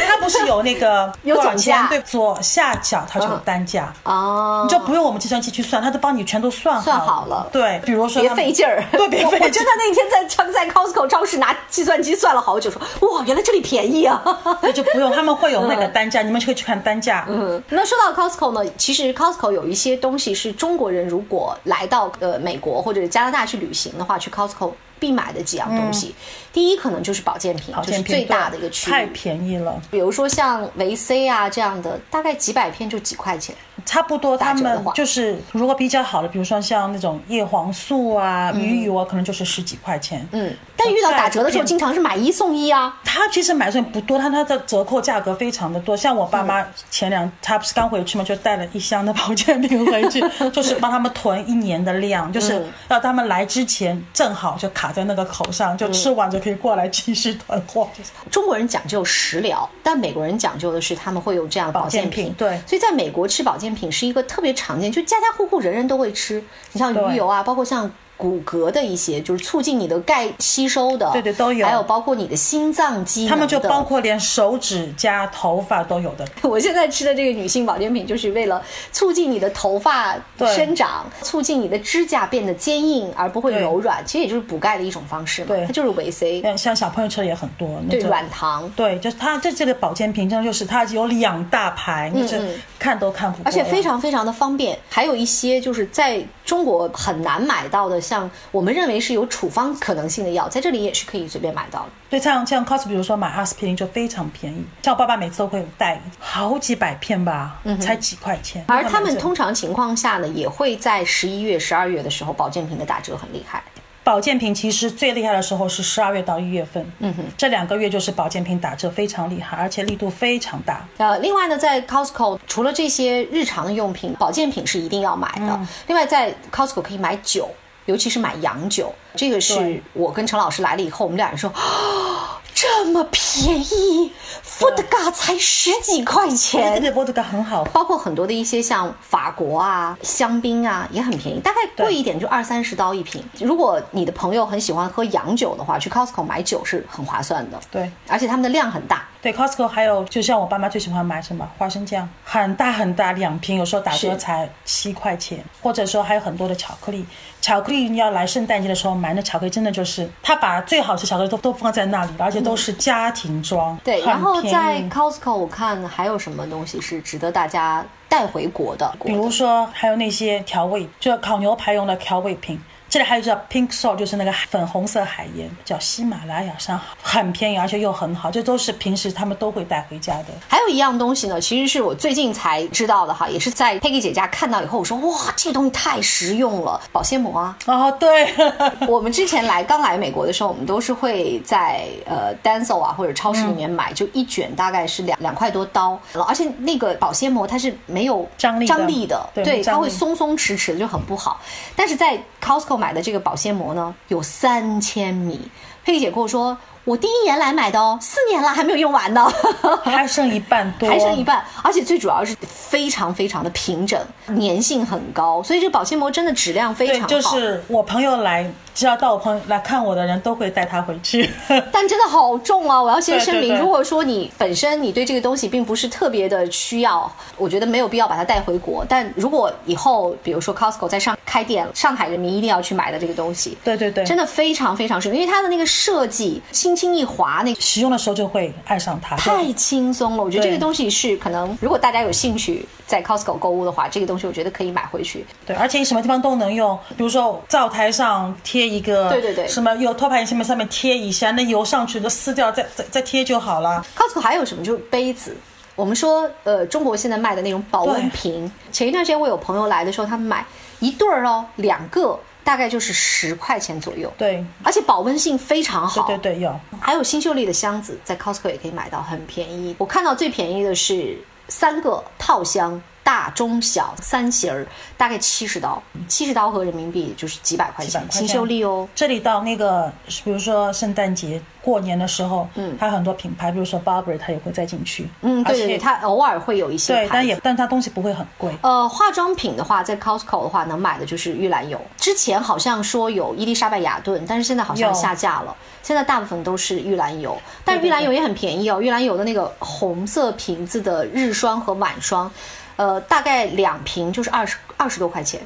Speaker 2: 它不是有那个
Speaker 3: 有总
Speaker 2: 多少钱
Speaker 3: 价
Speaker 2: 对，左下角它就有单价。
Speaker 3: 哦
Speaker 2: 你就不用我们计算机去算，它都帮你全都算好
Speaker 3: 算好了
Speaker 2: 对，比如说
Speaker 3: 别
Speaker 2: 他们
Speaker 3: 费劲儿，
Speaker 2: 对，别
Speaker 3: 我
Speaker 2: 费劲儿。
Speaker 3: 我真的那天在在 Costco 超市拿计算机算了好久，说哇，原来这里便宜啊！
Speaker 2: 那就不用，他们会有那个单价，你们可以去看单价。
Speaker 3: 嗯， 那说到 Costco 呢，其实 Costco 有一些东西是中国人如果来到呃美国或者加拿大去旅行的话，去 Costco 必买的几样东西。第一可能就是保健品，
Speaker 2: 嗯保健
Speaker 3: 这是
Speaker 2: 品
Speaker 3: 最大的一个区
Speaker 2: 太
Speaker 3: 域。
Speaker 2: 便宜了，
Speaker 3: 比如说像维 C 啊这样的，大概几百片就几块钱。
Speaker 2: 差不多他
Speaker 3: 打折的
Speaker 2: 们
Speaker 3: 话
Speaker 2: 就是如果比较好的，比如说像那种叶黄素啊、鱼油啊，可能就是十几块钱。
Speaker 3: 嗯，但遇到打折的时候，
Speaker 2: 对
Speaker 3: 经常是买一送一啊。
Speaker 2: 他其实买的东西不多，但他的折扣价格非常的多。像我爸妈
Speaker 3: 嗯
Speaker 2: 前两，他不是刚回去嘛，就带了一箱的保健品回 去，就是帮他们囤一年的量，就是
Speaker 3: 嗯
Speaker 2: 让他们来之前正好就卡在那个口上，
Speaker 3: 嗯
Speaker 2: 就吃完就可以过来继续囤货。
Speaker 3: 中国人讲究食疗，但美国人讲究的是他们会有这样的保健
Speaker 2: 保健品对
Speaker 3: 所以在美国吃保健品是一个特别常见，就家家户户人人都会吃。你像鱼
Speaker 2: 对
Speaker 3: 油啊，包括像。骨骼的一些就是促进你的钙吸收的，
Speaker 2: 对对都有
Speaker 3: 还有包括你的心脏机能的。
Speaker 2: 他们就包括连手指加头发都有的，
Speaker 3: 我现在吃的这个女性保健品，就是为了促进你的头发
Speaker 2: 对
Speaker 3: 生长，促进你的指甲变得坚硬而不会
Speaker 2: 对
Speaker 3: 柔软，其实也就是补钙的一种方式嘛。
Speaker 2: 对
Speaker 3: 它就是维 C，
Speaker 2: 像像小朋友吃的也很多，那
Speaker 3: 对
Speaker 2: 种
Speaker 3: 软糖。
Speaker 2: 对，就是它这这个保健品，真的就是它有两大排，就是看都看不过，
Speaker 3: 嗯而且非。常非常的方便，还有一些就是在中国很难买到的，像我们认为是有处方可能性的药，在这里也是可以随便买到的。
Speaker 2: 对，像像 Cos，比如说买阿司匹林就非常便宜，像我爸爸每次都会带好几百片吧，才几块钱。
Speaker 3: 嗯而他
Speaker 2: 买
Speaker 3: 们
Speaker 2: 这
Speaker 3: 通常情况下呢，也会在十一月、十二月的时候，保健品的打折很厉害。
Speaker 2: 保健品其实最厉害的时候是十二月到一月份，嗯哼，这两个月就是保健品打折非常厉害，而且力度非常大。
Speaker 3: 呃，另外呢，在 Costco 除了这些日常的用品，保健品是一定要买的。另外，在 Costco 可以买酒，尤其是买洋酒，这个是
Speaker 2: 对
Speaker 3: 我跟陈老师来了以后，我们俩人说。啊这么便宜，伏特嘎才十几块
Speaker 2: 这
Speaker 3: 钱。
Speaker 2: 个波特感很好喝，
Speaker 3: 包括很多的一些像法国啊、香槟啊，也很便宜，大概贵一点就二三十刀一瓶。如果你的朋友很喜欢喝洋酒的话，去 Costco 买酒是很划算的。
Speaker 2: 对，
Speaker 3: 而且他们的量很大，
Speaker 2: 对 Costco 还有，就像我爸妈最喜欢买什么花生酱，很大很大两瓶，有时候打折
Speaker 3: 是
Speaker 2: 才七块钱，或者说还有很多的巧克力。巧克力你要来圣诞节的时候买，那巧克力真的就是他把最好吃巧克力都都放在那里，而且都是家庭装，
Speaker 3: 嗯对，
Speaker 2: 很
Speaker 3: 然后
Speaker 2: 便
Speaker 3: 在
Speaker 2: 宜
Speaker 3: Costco 我看还有什么东西是值得大家带回国的？
Speaker 2: 比如说还有那些调味，就烤牛排用的调味品。这里还有叫 pink salt，就是那个粉红色海盐，叫喜马拉雅山，很便宜，而且又很好，这都是平时他们都会带回家的。
Speaker 3: 还有一样东西呢，其实是我最近才知道的哈，也是在佩 e 姐家看到以后，我说哇，这东西太实用了，保鲜膜啊。
Speaker 2: 哦，对，
Speaker 3: 我们之前来刚来美国的时候，我们都是会在呃 Denso 啊或者超市里面买，就一卷大概是两两块多刀，而且那个保鲜膜它是没有
Speaker 2: 张力的
Speaker 3: 张力的，
Speaker 2: 对没
Speaker 3: 对，
Speaker 2: 有张
Speaker 3: 它会
Speaker 2: 力
Speaker 3: 松松弛弛的，就很不好。但是在 Costco 买的这个保鲜膜呢，有三千米。佩姐跟我说，我第一年来买的哦，四年了还没有用完呢。
Speaker 2: 还剩一半多，
Speaker 3: 还剩一半，而且最主要是非常非常的平整，粘性很高，所以这个保鲜膜真的质量非
Speaker 2: 对
Speaker 3: 常，好。
Speaker 2: 就是我朋友来，只要到我朋友来看我的人都会带他回 去。
Speaker 3: 但真的好重啊！我要先声明，
Speaker 2: 对对对
Speaker 3: 如果说你本身你对这个东西并不是特别的需要，我觉得没有必要把它带回国。但如果以后，比如说 Costco 在上开店，上海人民一定要去买的这个东西，
Speaker 2: 对对对，
Speaker 3: 真的非常非常实用，因为它的那个设计，轻轻一滑，那
Speaker 2: 使用的时候就会爱上它。
Speaker 3: 太轻松了。我觉得
Speaker 2: 对
Speaker 3: 这个东西是可能，如果大家有兴趣在 Costco 购物的话，这个东西我觉得可以买回去。
Speaker 2: 对，而且你什么地方都能用，比如说灶台上贴一个，
Speaker 3: 对对对
Speaker 2: 什么油托盘上面上面贴一下，那油上去就撕掉，再再再贴就好了。
Speaker 3: Costco 还有什么？就是杯子。我们说，呃，中国现在卖的那种保温瓶，前一段时间我有朋友来的时候，他们买一对儿哦，两个大概就是十块钱左右，
Speaker 2: 对，
Speaker 3: 而且保温性非常好。
Speaker 2: 对对对，有。
Speaker 3: 还有新秀丽的箱子，在 Costco 也可以买到，很便宜。我看到最便宜的是三个套箱，大、中、小三型儿，大概七十刀，七十刀合人民币就是几百块
Speaker 2: 几百
Speaker 3: 钱。
Speaker 2: 块
Speaker 3: 新
Speaker 2: 钱
Speaker 3: 秀丽哦，
Speaker 2: 这里到那个，比如说圣诞节、过年的时候，嗯，它很多品牌，比如说 Burberry，它也会再进去。
Speaker 3: 嗯，对
Speaker 2: 而
Speaker 3: 对
Speaker 2: 且
Speaker 3: 对，它偶尔会有一些牌
Speaker 2: 对，
Speaker 3: 子，
Speaker 2: 但也但它东西不会很贵。
Speaker 3: 呃，化妆品的话，在 Costco 的话，能买的就是玉兰油。之前好像说有伊丽莎白雅顿，但是现在好像
Speaker 2: 有
Speaker 3: 下架了。现在大部分都是玉兰油，但
Speaker 2: 对对
Speaker 3: 玉兰
Speaker 2: 对
Speaker 3: 油也很便宜哦。玉兰油的那个红色瓶子的日霜和晚霜，呃，大概两瓶就是二十二十多块钱。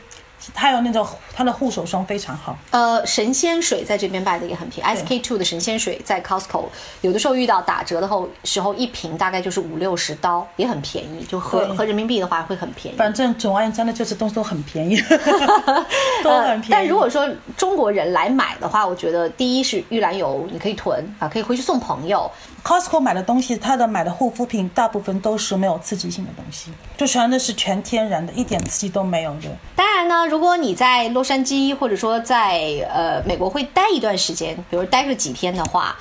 Speaker 2: 它有那种它的护手霜非常好。
Speaker 3: 呃，神仙水在这边卖的也很便宜，SK two 的神仙水在 Costco 有的时候遇到打折的后时候，一瓶大概就是五六十刀，也很便宜，就合
Speaker 2: 对
Speaker 3: 合人民币的话会很便宜。
Speaker 2: 反正总而言之，真的就是东西都很 便宜， 都很便
Speaker 3: 呃
Speaker 2: 宜。
Speaker 3: 但如果说中国人来买的话，我觉得第一是玉兰油，你可以囤啊，可以回去送朋友。
Speaker 2: Costco 买的东西，它的买的护肤品大部分都是没有刺激性的东西，就全都是全天然的，一点刺激都没有的。
Speaker 3: 当然呢，如果你在洛杉矶或者说在呃美国会待一段时间，比如待个几天的话，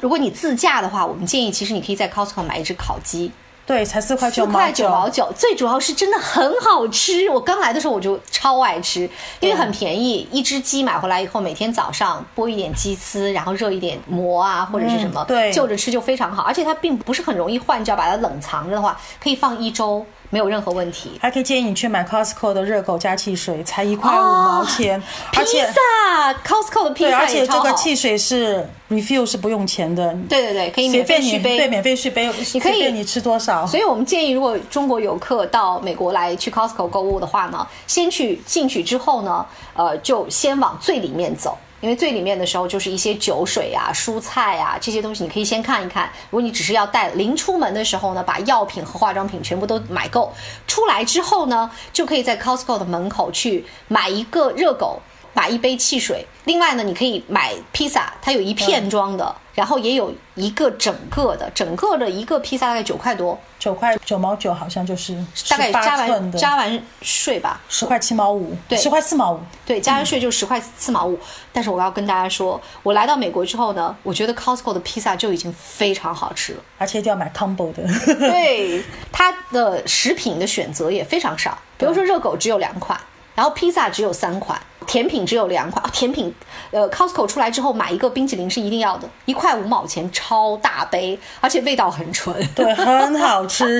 Speaker 3: 如果你自驾的话，我们建议其实你可以在 Costco 买一只烤鸡，
Speaker 2: 对，才四块
Speaker 3: 四
Speaker 2: 九毛
Speaker 3: 块九毛九，最主要是真的很好吃。我刚来的时候我就超爱吃，因为很便宜，一只鸡买回来以后，每天早上剥一点鸡丝，然后热一点馍啊或者是什么，
Speaker 2: 嗯对
Speaker 3: 就着吃就非常好。而且它并不是很容易坏，你只要把它冷藏着的话，可以放一周没有任何问题。
Speaker 2: 还可以建议你去买 Costco 的热狗加汽水，才一块五毛钱，而
Speaker 3: 啊披
Speaker 2: 且
Speaker 3: 萨，Costco 的披
Speaker 2: 对，
Speaker 3: 萨
Speaker 2: 而且
Speaker 3: 也
Speaker 2: 这
Speaker 3: 超
Speaker 2: 个
Speaker 3: 好。
Speaker 2: 汽水是 refill 是不用钱的，
Speaker 3: 对对对，可以
Speaker 2: 随
Speaker 3: 免费
Speaker 2: 便你
Speaker 3: 续杯，
Speaker 2: 对免费续杯，
Speaker 3: 你可以
Speaker 2: 随便你吃多少。
Speaker 3: 所以我们建议，如果中国游客到美国来去 Costco 购物的话呢，先去进去之后呢，呃，就先往最里面走。因为最里面的时候就是一些酒水啊、蔬菜啊这些东西，你可以先看一看。如果你只是要带临出门的时候呢，把药品和化妆品全部都买够，出来之后呢，就可以在 Costco 的门口去买一个热狗，买一杯汽水。另外呢，你可以买披萨，它有一片装的，然后也有一个整个的，整个的一个披萨大概九块多，
Speaker 2: 九块九毛九好像就是
Speaker 3: 大概加
Speaker 2: 18寸
Speaker 3: 完
Speaker 2: 的，
Speaker 3: 加完税吧，
Speaker 2: 十块七毛五，
Speaker 3: 对
Speaker 2: 十块四毛五。
Speaker 3: 对，加完税就十块四毛五。但是我要跟大家说，我来到美国之后呢，我觉得 Costco 的披萨就已经非常好吃 了。
Speaker 2: 而且一定要买 combo 的，
Speaker 3: 对，它的食品的选择也非常少，比如说热狗只有两款，然后披萨只有三款。甜品只有两款，啊甜品呃 Costco 出来之后买一个冰淇淋是一定要的，一块五毛钱，超大杯，而且味道很纯。
Speaker 2: 对，很好吃。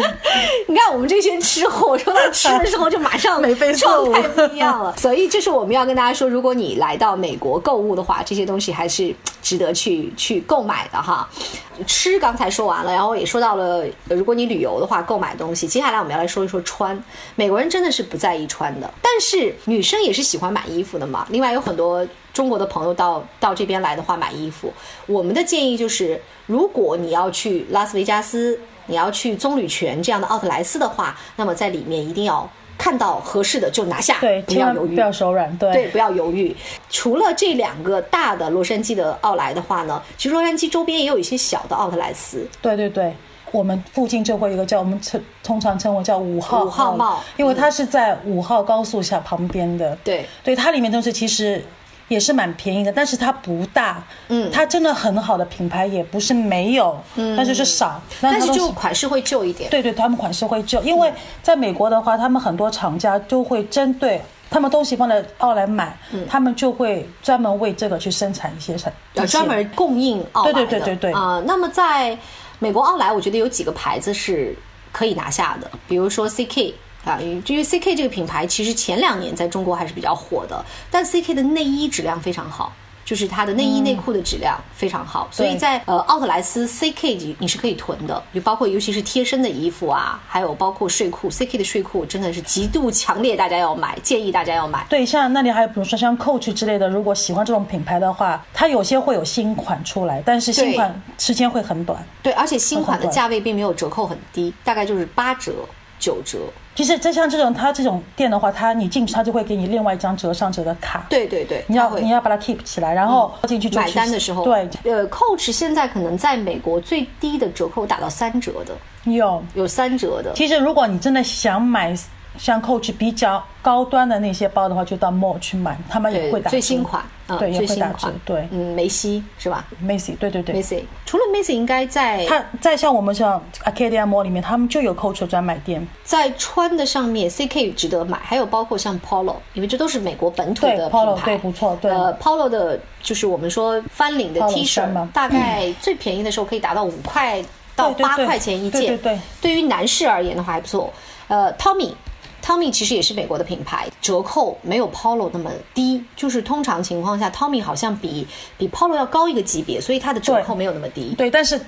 Speaker 3: 你看我们这些吃货，说到吃的时候就马 上
Speaker 2: 眉飞色
Speaker 3: 状
Speaker 2: 舞
Speaker 3: 态不一样了。所以这是我们要跟大家说，如果你来到美国购物的话，这些东西还是值得去去购买的哈。吃刚才说完了，然后也说到了，呃如果你旅游的话，购买东西。接下来我们要来说一说穿，美国人真的是不在意穿的，但是女生也是喜欢买衣服的嘛。另外有很多中国的朋友到到这边来的话买衣服，我们的建议就是，如果你要去拉斯维加斯，你要去棕榈泉这样的奥特莱斯的话，那么在里面一定要看到合适的就拿下，
Speaker 2: 对，
Speaker 3: 不
Speaker 2: 千
Speaker 3: 要
Speaker 2: 万
Speaker 3: 犹
Speaker 2: 不
Speaker 3: 豫，
Speaker 2: 要手软。对，
Speaker 3: 对，不要犹豫。除了这两个大的洛杉矶的奥莱的话呢，其实洛杉矶周边也有一些小的奥特莱斯。
Speaker 2: 对对对，我们附近就会有一个叫我们称通常称为叫五号
Speaker 3: 五号帽
Speaker 2: 因为它是在五号高速下旁边的。
Speaker 3: 对
Speaker 2: 对，它里面东西其实也是蛮便宜的，但是它不大，嗯，它真的很好的品牌也不是没有，嗯，但就是少，
Speaker 3: 但
Speaker 2: 它
Speaker 3: 是
Speaker 2: 东西
Speaker 3: 就款式会旧一点。
Speaker 2: 对对，他们款式会旧，因
Speaker 3: 嗯
Speaker 2: 为在美国的话，他们很多厂家就会针对。他们东西放在奥莱买，
Speaker 3: 嗯
Speaker 2: 他们就会专门为这个去生产一些产，
Speaker 3: 呃，专门供应奥莱的。
Speaker 2: 对对对对对
Speaker 3: 啊、那么在美国奥莱，我觉得有几个牌子是可以拿下的，比如说 CK。啊，因为因为 CK 这个品牌其实前两年在中国还是比较火的，但 CK 的内衣质量非常好，就是它的内衣内裤的质量非常好，所以
Speaker 2: 嗯对
Speaker 3: 在呃奥特莱斯 CK 你你是可以囤的，就包括尤其是贴身的衣服啊，还有包括睡裤，CK 的睡裤真的是极度强烈，大家要买，建议大家要买。
Speaker 2: 对，像那里还有比如说像 Coach 之类的，如果喜欢这种品牌的话，它有些会有新款出来，但是新
Speaker 3: 对
Speaker 2: 款时间会很短。
Speaker 3: 对，而且新款的
Speaker 2: 很好
Speaker 3: 价位并没有折扣很低，大概就是八折、九折。
Speaker 2: 其实这像这种它这种店的话，它你进去它就会给你另外一张折上折的卡，
Speaker 3: 对对对，
Speaker 2: 你
Speaker 3: 它
Speaker 2: 要
Speaker 3: 会嗯
Speaker 2: 你要把它 keep 起来，然后进去就
Speaker 3: 买
Speaker 2: 去
Speaker 3: 单的时候，
Speaker 2: 对，
Speaker 3: 呃，Coach 现在可能在美国最低的折扣打到三折的，
Speaker 2: 有。
Speaker 3: 有三折的。
Speaker 2: 其实如果你真的想买像 Coach 比较高端的那些包的话，就到 Mall 去买，他们也会
Speaker 3: 对，
Speaker 2: 打折
Speaker 3: 最新款，啊，
Speaker 2: 对，也
Speaker 3: 最
Speaker 2: 会
Speaker 3: 新
Speaker 2: 打折
Speaker 3: 款，，
Speaker 2: 对
Speaker 3: 嗯，梅西是吧
Speaker 2: ，Macy，对对对。
Speaker 3: ？Macy，除了 Macy，应该在
Speaker 2: 它在像我们像 Arcadia Mall 里面，他们就有 Coach 的专卖店，
Speaker 3: 在穿的上面，CK 值得买，还有包括像 Polo，因为这都是美国本土
Speaker 2: 对
Speaker 3: 的品牌。
Speaker 2: Polo，对不错对
Speaker 3: 呃，Polo 的就是我们说翻领的
Speaker 2: Polo
Speaker 3: T 恤
Speaker 2: 衫嘛，嗯
Speaker 3: 大概最便宜的时候可以达到五块到
Speaker 2: 对对
Speaker 3: 八
Speaker 2: 对
Speaker 3: 块钱一件。
Speaker 2: 对对对
Speaker 3: 对于男士而言的话还不错。呃，Tommy。Tommy 其实也是美国的品牌，折扣没有 Polo 那么低，就是通常情况下，Tommy 好像比比 Polo 要高一个级别，所以它的折
Speaker 2: 对
Speaker 3: 扣没有那么低。
Speaker 2: 对，但是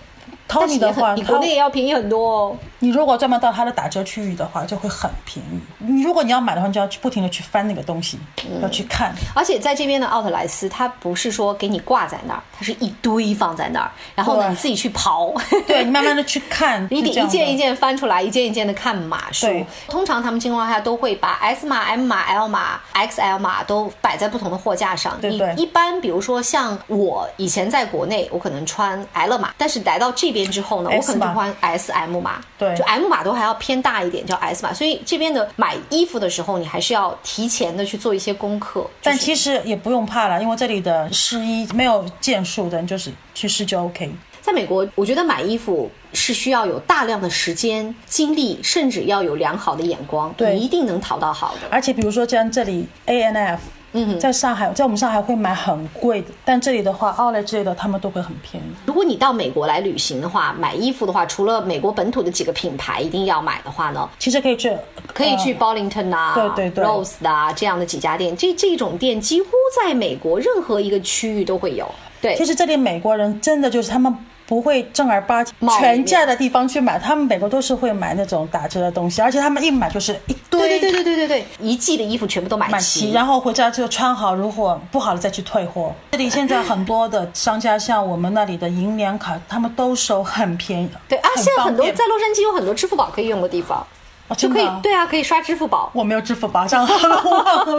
Speaker 3: 但是也
Speaker 2: Tony 的话，
Speaker 3: 很，比国
Speaker 2: 它
Speaker 3: 内也要便宜很多哦。
Speaker 2: 你如果专门到它的打折区域的话，就会很便宜。你如果你要买的话，你就要去不停的去翻那个东西，
Speaker 3: 嗯
Speaker 2: 要去看。
Speaker 3: 而且在这边的奥特莱斯，它不是说给你挂在那儿，它是一堆放在那儿，然后呢
Speaker 2: 对
Speaker 3: 你自己去 刨。
Speaker 2: 对你慢慢的去看，
Speaker 3: 你得
Speaker 2: 是
Speaker 3: 一
Speaker 2: 这样的
Speaker 3: 件一。件翻出来，一件一件的看码数
Speaker 2: 对。
Speaker 3: 通常他们情况下都会把 S 码、M 码、L 码、XL 码都摆在不同的货架上。
Speaker 2: 对对
Speaker 3: 你一般比如说像我以前在国内，我可能穿 L 码，但是来到这边之后呢，我
Speaker 2: S
Speaker 3: 可能就
Speaker 2: 码
Speaker 3: 穿 S、M 码。
Speaker 2: 对
Speaker 3: 就 M 码都还要偏大一点，叫 S 码。所以这边的买衣服的时候，你还是要提前的去做一些功课。
Speaker 2: 但
Speaker 3: 就是
Speaker 2: 其实也不用怕了，因为这里的试衣没有件数的，你就是去试就 OK。
Speaker 3: 在美国，我觉得买衣服是需要有大量的时间、精力，甚至要有良好的眼光，
Speaker 2: 对
Speaker 3: 你一定能淘到好的。
Speaker 2: 而且比如说像这里 A N F，嗯，在上海，在我们上海会买很贵的，但这里的话，奥莱之类的他们都会很便宜。
Speaker 3: 如果你到美国来旅行的话，买衣服的话，除了美国本土的几个品牌一定要买的话呢，
Speaker 2: 其实可以去，呃
Speaker 3: 可以去 Burlington 啊、
Speaker 2: 对对对
Speaker 3: Rose 啊这样的几家店，这这种店几乎在美国任何一个区域都会有。对，
Speaker 2: 其实这里美国人真的就是他们不会正儿八经
Speaker 3: 贸易
Speaker 2: 全价的地方去买，他们美国都是会买那种打折的东西，而且他们一买就是一堆。
Speaker 3: 对对对对对对对，一季的衣服全部都买
Speaker 2: 买齐，
Speaker 3: 齐。
Speaker 2: 然后回家就穿好，如果不好了再去退货。这里现在很多的商家，像我们那里的银联卡，他们都收很便宜。
Speaker 3: 对啊，现在
Speaker 2: 方
Speaker 3: 很多
Speaker 2: 便
Speaker 3: 在洛杉矶有很多支付宝可以用的地方，
Speaker 2: 哦
Speaker 3: 就
Speaker 2: 真
Speaker 3: 可
Speaker 2: 的
Speaker 3: 以
Speaker 2: 啊
Speaker 3: 对啊，可以刷支付宝。
Speaker 2: 我没有支付宝账号，忘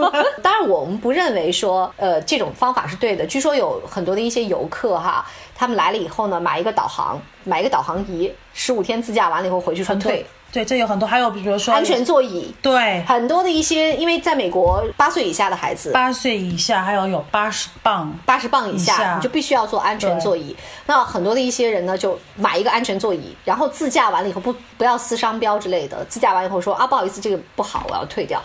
Speaker 2: 了。
Speaker 3: 当然，我们不认为说，呃，这种方法是对的。据说有很多的一些游客哈，他们来了以后呢，买一个导航，买一个导航仪，十五天自驾完了以后回去说退，
Speaker 2: 对，这有很多，还有比如说
Speaker 3: 安全，座椅，
Speaker 2: 对，
Speaker 3: 很多的一些，因为在美国，八岁以下的孩子。
Speaker 2: 八岁以下还有有八十磅，
Speaker 3: 八十磅以
Speaker 2: 以
Speaker 3: 下，
Speaker 2: 下
Speaker 3: 你就必须要坐安全座椅。那很多的一些人呢，就买一个安全座椅，然后自驾完了以后不不要撕商标之类的，自驾完以后说啊不好意思，这个不好，我要退掉。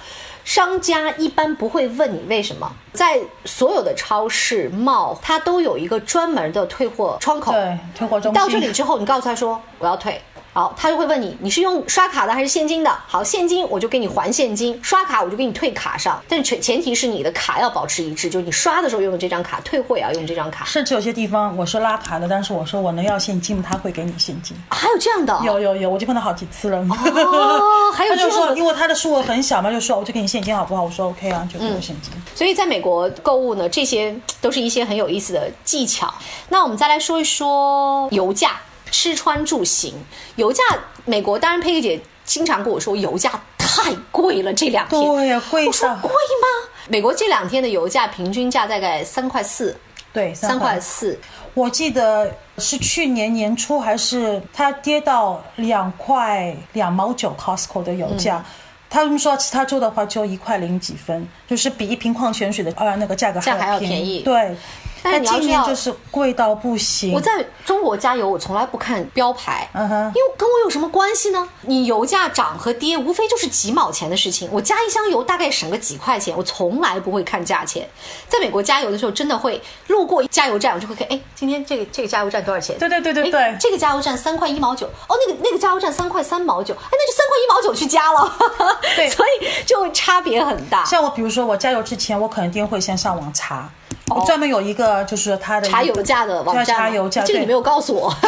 Speaker 3: 商家一般不会问你为什么，在所有的超市、mall，它都有一个专门的退货窗口。
Speaker 2: 对，退货中心
Speaker 3: 到这里之后，你告诉他说我要退，好，他就会问你你是用刷卡的还是现金的？好，现金我就给你还现金，刷卡我就给你退卡上。但前前提是你的卡要保持一致，就是你刷的时候用的这张卡，退货也要用这张卡。
Speaker 2: 甚至有些地方我是拉卡的，但是我说我能要现金吗？他会给你现金。
Speaker 3: 还有这样的哦，
Speaker 2: 有有有，我就碰到好几次了。
Speaker 3: 哦还有
Speaker 2: 他就
Speaker 3: 这样
Speaker 2: 说，
Speaker 3: 的
Speaker 2: 因为他的数额很小嘛，就说我就哦给你现金好不好？我说 OK 啊，就给我现金。
Speaker 3: 所以在美国购物呢，这些都是一些很有意思的技巧。那我们再来说一说油价、吃穿住行。油价，美国当然佩佩姐经常跟我说，油价太贵了，这两天。
Speaker 2: 对呀贵
Speaker 3: 我说
Speaker 2: 到
Speaker 3: 贵吗？美国这两天的油价平均价大概三块四，
Speaker 2: 对，
Speaker 3: 三
Speaker 2: 三
Speaker 3: 块。四。
Speaker 2: 我记得是去年年初还是它跌到两块两毛九 Costco 的油价。
Speaker 3: 嗯
Speaker 2: 他们说其他州的话就一块零几分，就是比一瓶矿泉水的呃那个价格还
Speaker 3: 价还要
Speaker 2: 要
Speaker 3: 便宜
Speaker 2: 对，
Speaker 3: 但是
Speaker 2: 但
Speaker 3: 你要
Speaker 2: 今
Speaker 3: 知
Speaker 2: 年
Speaker 3: 道
Speaker 2: 就是贵到不行。
Speaker 3: 我在中国加油，我从来不看标牌，
Speaker 2: 嗯哼
Speaker 3: 因为跟我有什么关系呢？你油价涨和跌，无非就是几毛钱的事情。我加一箱油大概省个几块钱，我从来不会看价钱。在美国加油的时候，真的会路过加油站，我就会看，哎，今天这个这个加油站多少钱？
Speaker 2: 对对对对
Speaker 3: 哎
Speaker 2: 对
Speaker 3: 这个加油站三块一毛九，哦，那个那个加油站三块三毛九，哎，那就三块一毛九去加了，
Speaker 2: 对
Speaker 3: 所以就差别很大。
Speaker 2: 像我，比如说我加油之前，我肯定会先上网查，我专门有一个就是它的一个
Speaker 3: 哦查油价的网
Speaker 2: 对
Speaker 3: 站吗，
Speaker 2: 查油价，
Speaker 3: 这个你没
Speaker 2: 对，
Speaker 3: 有告诉我。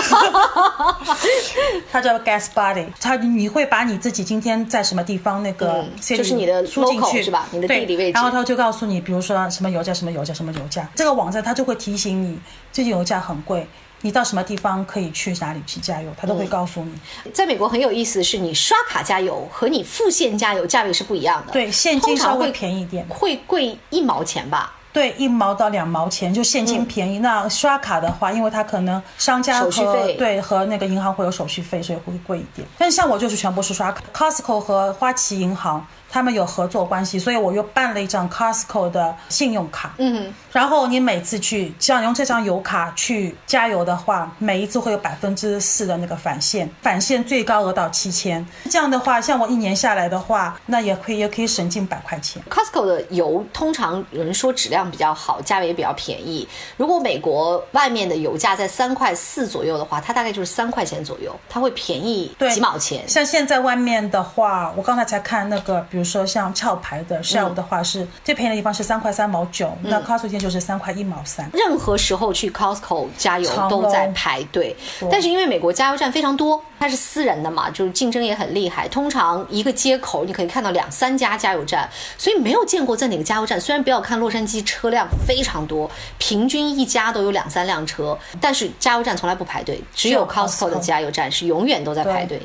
Speaker 2: 它叫 Gas Body，它你会把你自己今天在什么地方那个
Speaker 3: 嗯
Speaker 2: city
Speaker 3: 就是你的
Speaker 2: 输进
Speaker 3: local
Speaker 2: 去
Speaker 3: 是吧你的
Speaker 2: 对
Speaker 3: 地理位置
Speaker 2: 然后它就告诉你，比如说什么油价，什么油价，什么油价，这个网站它就会提醒你最近油价很贵。你到什么地方可以去哪里去加油，它
Speaker 3: 嗯
Speaker 2: 都会告诉你。
Speaker 3: 在美国很有意思的是，你刷卡加油和你付现加油价位是不一样的。
Speaker 2: 对现
Speaker 3: 通
Speaker 2: 金
Speaker 3: 常
Speaker 2: 稍微
Speaker 3: 会
Speaker 2: 便宜一点
Speaker 3: 会贵一毛钱吧。
Speaker 2: 对，一毛到两毛钱就现金便宜。那刷卡的话，因为它可能商
Speaker 3: 嗯
Speaker 2: 家
Speaker 3: 手
Speaker 2: 和
Speaker 3: 续费
Speaker 2: 对和那个银行会有手续费，所以会贵一点。但像我就是全部是刷卡，Costco 和花旗银行他们有合作关系，所以我又办了一张 Costco 的信用卡。嗯，然后你每次去，只要用这张油卡去加油的话，每一次会有百分之四的那个返现，返现最高额到七千。这样的话，像我一年下来的话，那也可以也可以省近百块钱。
Speaker 3: Costco 的油通常有人说质量比较好，价位也比较便宜。如果美国外面的油价在三块四左右的话，它大概就是三块钱左右，它会便宜
Speaker 2: 对
Speaker 3: 几毛钱。
Speaker 2: 像现在外面的话，我刚才才看那个，比如说像壳牌的 Shell 的话是、最便宜的地方是三块三毛九、
Speaker 3: 嗯
Speaker 2: 那 Costco 店就是三块一毛三。
Speaker 3: 任何时候去 Costco 加油
Speaker 2: 长
Speaker 3: 都
Speaker 2: 龙
Speaker 3: 在排队，但是因为美国加油站非常多，它是私人的嘛，就是竞争也很厉害。通常一个街口你可以看到两三家加油站，所以没有见过在哪个加油站。虽然不要看洛杉矶车辆非常多，平均一家都有两三辆车，但是加油站从来不排队，只有
Speaker 2: 只有
Speaker 3: Costco 的
Speaker 2: Costco
Speaker 3: 加油站是永远都在排队。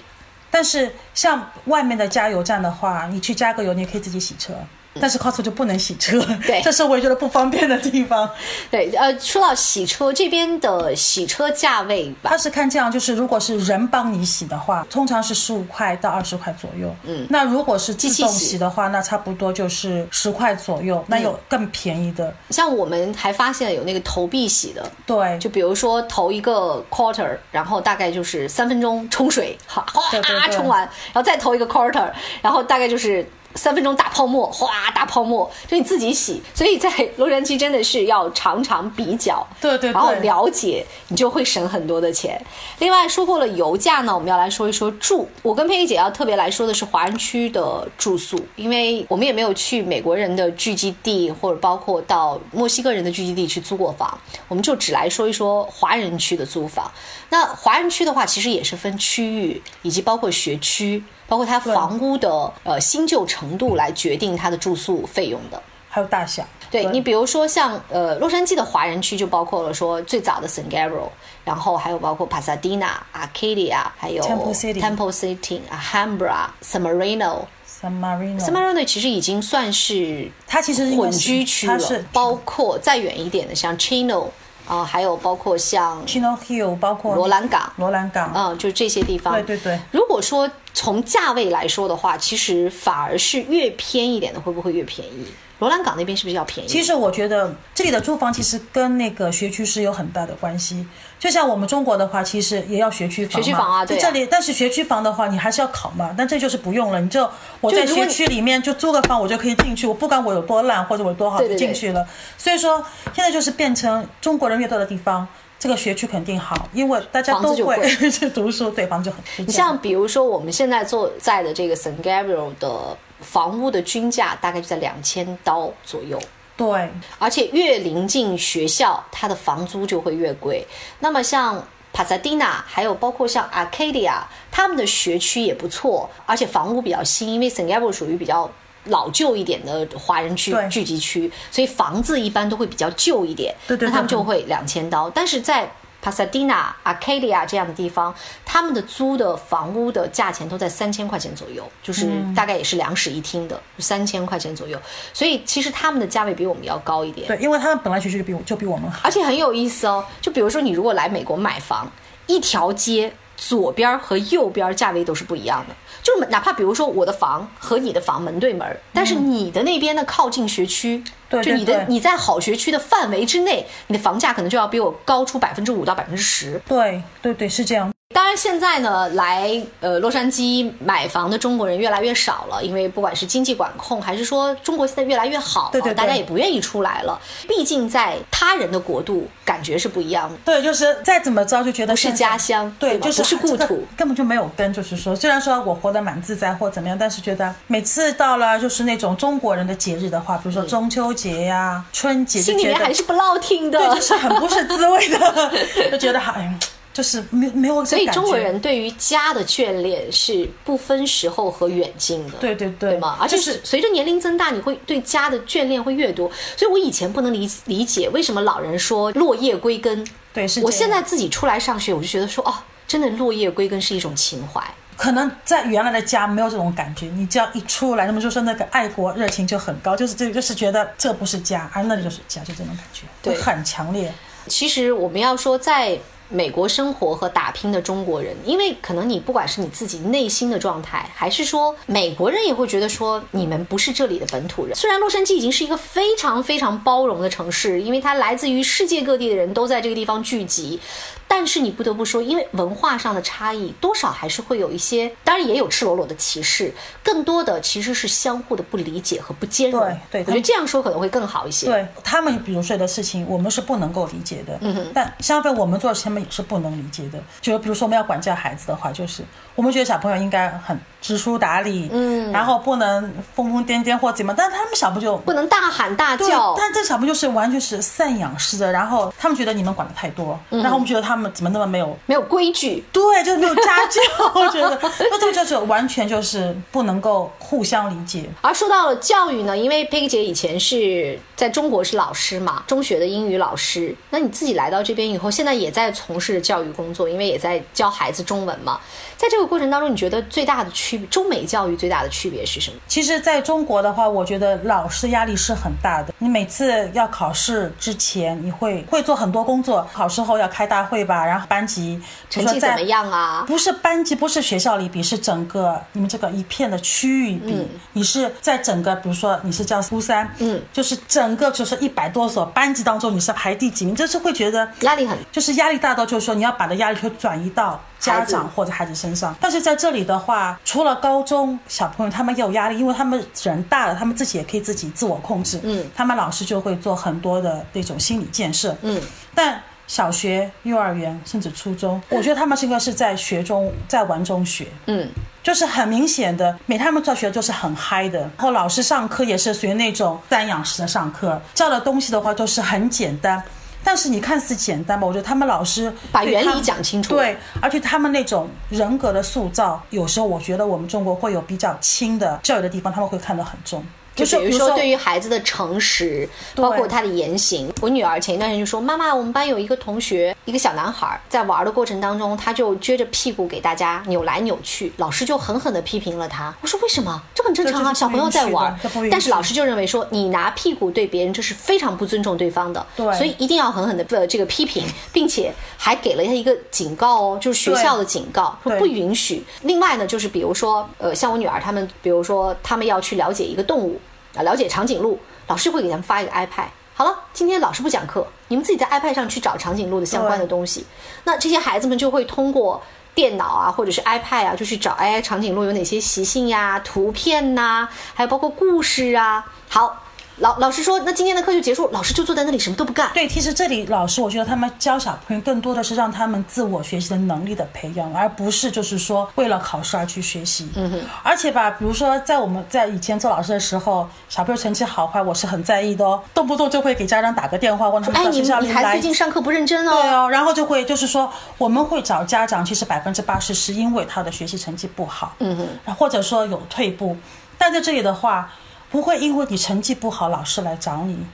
Speaker 2: 但是像外面的加油站的话，你去加个油，你可以自己洗车。但是 Costco 就不能洗车，
Speaker 3: 嗯对
Speaker 2: 这是我觉得不方便的地方。
Speaker 3: 对，呃，说到洗车这边的洗车价位吧，
Speaker 2: 它是看这样，就是如果是人帮你洗的话，通常是十五块到二十块左右。嗯，那如果是自
Speaker 3: 器
Speaker 2: 动
Speaker 3: 洗
Speaker 2: 洗的话，那差不多就是十块左右。那有更便宜的，
Speaker 3: 像我们还发现了有那个投币洗的，
Speaker 2: 对，
Speaker 3: 就比如说投一个 quarter，然后大概就是三分钟冲水，哗哗
Speaker 2: 对对对
Speaker 3: 冲完，然后再投一个 quarter，然后大概就是三分钟大泡沫，哗大泡沫，就你自己洗。所以在洛杉矶真的是要常常比较，
Speaker 2: 对对对
Speaker 3: 然后了解，你就会省很多的钱。另外说过了油价呢，我们要来说一说住。我跟佩佩姐要特别来说的是华人区的住宿，因为我们也没有去美国人的聚集地，或者包括到墨西哥人的聚集地去租过房，我们就只来说一说华人区的租房。那华人区的话，其实也是分区域，以及包括学区，包括它房屋的呃新旧程度来决定它的住宿费用的。
Speaker 2: 还有大小。
Speaker 3: 对你，比如说像呃洛杉矶的华人区就包括了说最早的 San Gabriel，然后还有包括 Pasadena、Arcadia，还有
Speaker 2: Temple City
Speaker 3: Temple City、Alhambra、San Marino。
Speaker 2: San Marino。
Speaker 3: San Marino 其实已经算是
Speaker 2: 它其实是
Speaker 3: 混居区
Speaker 2: 它
Speaker 3: 了
Speaker 2: 是，
Speaker 3: 包括再远一点的像 Chino 啊、还有包括像
Speaker 2: Chino Hill，包括
Speaker 3: 罗兰港
Speaker 2: 罗兰港，
Speaker 3: 嗯，就这些地方。
Speaker 2: 对对对。
Speaker 3: 如果说从价位来说的话，其实反而是越偏一点的，会不会越便宜？罗兰港那边是不是要便宜？
Speaker 2: 其实我觉得这里的住房其实跟那个学区是有很大的关系。就像我们中国的话，其实也要学区房嘛。
Speaker 3: 学区房啊对啊
Speaker 2: 就这里，但是学区房的话，你还是要考嘛。但这就是不用了，你就我在
Speaker 3: 如果
Speaker 2: 学
Speaker 3: 你
Speaker 2: 区里面就租个房，我就可以进去。我不管我有多烂或者我多好，
Speaker 3: 对对
Speaker 2: 就进去了。所以说，现在就是变成中国人越多的地方。这个学区肯定好，因为大家
Speaker 3: 房子
Speaker 2: 都
Speaker 3: 就
Speaker 2: 会
Speaker 3: 贵
Speaker 2: 去读书，对，房子就很。
Speaker 3: 你像比如说我们现在坐在的这个 San Gabriel 的房屋的均价大概就在两千刀左右。
Speaker 2: 对，
Speaker 3: 而且越临近学校，它的房租就会越贵。那么像帕萨蒂娜，还有包括像 Arcadia，他们的学区也不错，而且房屋比较新，因为 San Gabriel 属于比较。老旧一点的华人区
Speaker 2: 对
Speaker 3: 聚集区，所以房子一般都会比较旧一点，
Speaker 2: 对对对
Speaker 3: 那他们就会两千刀。但是在 Pasadena、Arcadia 这样的地方，他们的租的房屋的价钱都在三千块钱左右，就是大概也是两室一厅的，三千块钱左右。所以其实他们的价位比我们要高一点。
Speaker 2: 对，因为他们本来学区就比我就比我们好。
Speaker 3: 而且很有意思哦。就比如说，你如果来美国买房，一条街左边儿和右边儿价位都是不一样的。就是哪怕比如说我的房和你的房门对门儿，但是你的那边呢靠近学区，
Speaker 2: 对
Speaker 3: 就
Speaker 2: 对
Speaker 3: 你的
Speaker 2: 对
Speaker 3: 你在好学区的范围之内，你的房价可能就要比我高出百分之五到百分之十。
Speaker 2: 对对对，是这样。
Speaker 3: 当然，现在呢，来呃洛杉矶买房的中国人越来越少了，因为不管是经济管控，还是说中国现在越来越好了，
Speaker 2: 对对对
Speaker 3: 大家也不愿意出来了。毕竟在他人的国度，感觉是不一样的，
Speaker 2: 对，就是再怎么着就觉得
Speaker 3: 不是
Speaker 2: 现在
Speaker 3: 家乡
Speaker 2: 对，
Speaker 3: 对吧
Speaker 2: 就是
Speaker 3: 不是故
Speaker 2: 这个
Speaker 3: 土
Speaker 2: 根本就没有根。就是说，虽然说我活得蛮自在或怎么样，但是觉得每次到了就是那种中国人的节日的话，比如说中秋节呀、春节，
Speaker 3: 心
Speaker 2: 就
Speaker 3: 里
Speaker 2: 觉
Speaker 3: 面
Speaker 2: 得
Speaker 3: 还是不落听的。
Speaker 2: 对，就是很不是滋味 的，就觉得好，哎就是没有没有这
Speaker 3: 所以
Speaker 2: 感觉
Speaker 3: 中国人对于家的眷恋是不分时候和远近的。
Speaker 2: 对对对
Speaker 3: 对吗？而且
Speaker 2: 就是
Speaker 3: 是随着年龄增大，你会对家的眷恋会越多。所以我以前不能理理解为什么老人说落叶归根。
Speaker 2: 对是这样。
Speaker 3: 我现在自己出来上学，我就觉得说，哦，真的落叶归根是一种情怀。
Speaker 2: 可能在原来的家没有这种感觉，你只要一出来，那么就说那个爱国热情就很高，就是这就是觉得这不是家，而那里就是家，就这种感觉，
Speaker 3: 对
Speaker 2: 会很强烈。
Speaker 3: 其实我们要说，在美国生活和打拼的中国人，因为可能你不管是你自己内心的状态，还是说美国人也会觉得说你们不是这里的本土人。虽然洛杉矶已经是一个非常非常包容的城市，因为它来自于世界各地的人都在这个地方聚集，但是你不得不说，因为文化上的差异，多少还是会有一些，当然也有赤裸裸的歧视，更多的其实是相互的不理解和不兼容。
Speaker 2: 对对
Speaker 3: 我觉得这样说可能会更好一些。
Speaker 2: 对他们，比如说的事情，我们是不能够理解的。嗯但相反，我们做的事情，他们也是不能理解的。就比如说，我们要管教孩子的话，就是我们觉得小朋友应该很知书达理，嗯，然后不能疯疯癫癫或怎么样，但是他们小朋友
Speaker 3: 不能大喊大
Speaker 2: 对
Speaker 3: 叫，，
Speaker 2: 但这小朋友就是完全是散养式的，然后他们觉得你们管的太多，
Speaker 3: 嗯
Speaker 2: 然后我们觉得他们怎么那么没有
Speaker 3: 没有规矩。
Speaker 2: 对，就是没有家教， 我觉得那这个就是完全就是不能够互相理解。
Speaker 3: 而说到了教育呢，因为佩 e 姐以前是在中国是老师嘛，中学的英语老师。那你自己来到这边以后，现在也在从事教育工作，因为也在教孩子中文嘛。在这个过程当中，你觉得最大的区别，中美教育最大的区别是什么？
Speaker 2: 其实，在中国的话，我觉得老师压力是很大的。你每次要考试之前，你会会做很多工作，考试后要开大会吧，然后班级比
Speaker 3: 成
Speaker 2: 如说
Speaker 3: 绩怎
Speaker 2: 在
Speaker 3: 么样啊？
Speaker 2: 不是班级，不是学校里比，是整个你们这个一片的区域比。嗯你是在整个，比如说你是叫苏三，嗯，就是整个就是一百多所班级当中，你是排第几名，就是会觉得
Speaker 3: 压力很
Speaker 2: 就是压力大到，就是说你要把这压力就转移到家
Speaker 3: 孩
Speaker 2: 长
Speaker 3: 子
Speaker 2: 或者孩子身上。但是在这里的话，除了高中小朋友他们也有压力，因为他们人大了，他们自己也可以自己自我控制。嗯，他们老师就会做很多的那种心理建设。嗯，但。小学、幼儿园甚至初中，我觉得他们是应该是在学中，在玩中学。
Speaker 3: 嗯，
Speaker 2: 就是很明显的，每他们教学就是很嗨的，然后老师上课也是属于那种散养式的上课，教的东西的话都是很简单。但是你看似简单吧，我觉得他们老师
Speaker 3: 把
Speaker 2: 对他们
Speaker 3: 原理讲清楚
Speaker 2: 对，而且他们那种人格的塑造，有时候我觉得我们中国会有比较轻的教育的地方，他们会看得很重。
Speaker 3: 就比
Speaker 2: 比
Speaker 3: 如
Speaker 2: 如
Speaker 3: 说
Speaker 2: 说
Speaker 3: 对于孩子的诚实，包括他的言行。我女儿前一段时间就说：“妈妈，我们班有一个同学，一个小男孩，在玩的过程当中，他就撅着屁股给大家扭来扭去，老师就狠狠地批评了他。”我说：“为什么？这很正常啊，
Speaker 2: 这
Speaker 3: 小
Speaker 2: 是不
Speaker 3: 朋
Speaker 2: 允
Speaker 3: 友
Speaker 2: 许的
Speaker 3: 在玩
Speaker 2: 这不允。许”
Speaker 3: 但是老师就认为说，你拿屁股对别人，这是非常不尊重对方的，
Speaker 2: 对
Speaker 3: 所以一定要狠狠的呃这个批评，并且还给了他一个警告哦，就是学
Speaker 2: 对
Speaker 3: 校的警告，说
Speaker 2: 对
Speaker 3: 不允许。另外呢，就是比如说，呃，像我女儿她们，比如说她们要去了解一个动物啊，了解长颈鹿。老师会给他们发一个 iPad。好了，今天老师不讲课，你们自己在 iPad 上去找长颈鹿的相关的东西。那这些孩子们就会通过电脑啊，或者是 iPad 啊，就去找哎长颈鹿有哪些习性呀、图片呐、还有包括故事啊。好，老老师说，那今天的课就结束，老师就坐在那里什么都不干。
Speaker 2: 对，其实这里老师，我觉得他们教小朋友更多的是让他们自我学习的能力的培养，而不是就是说为了考试而去学习。嗯哼。而且吧，比如说在我们在以前做老师的时候，小朋友成绩好坏我是很在意的哦，动不动就会给家长打个电话问他们
Speaker 3: 哎，
Speaker 2: 到
Speaker 3: 你
Speaker 2: 学校
Speaker 3: 们
Speaker 2: 里
Speaker 3: 你孩子
Speaker 2: 来
Speaker 3: 最。近上课不认真
Speaker 2: 对
Speaker 3: 哦。
Speaker 2: 哦，然后就会就是说，我们会找家长，其实百分之八十是因为他的学习成绩不好，嗯哼，或者说有退步，但在这里的话，不会因为你成绩不好，老师来找你。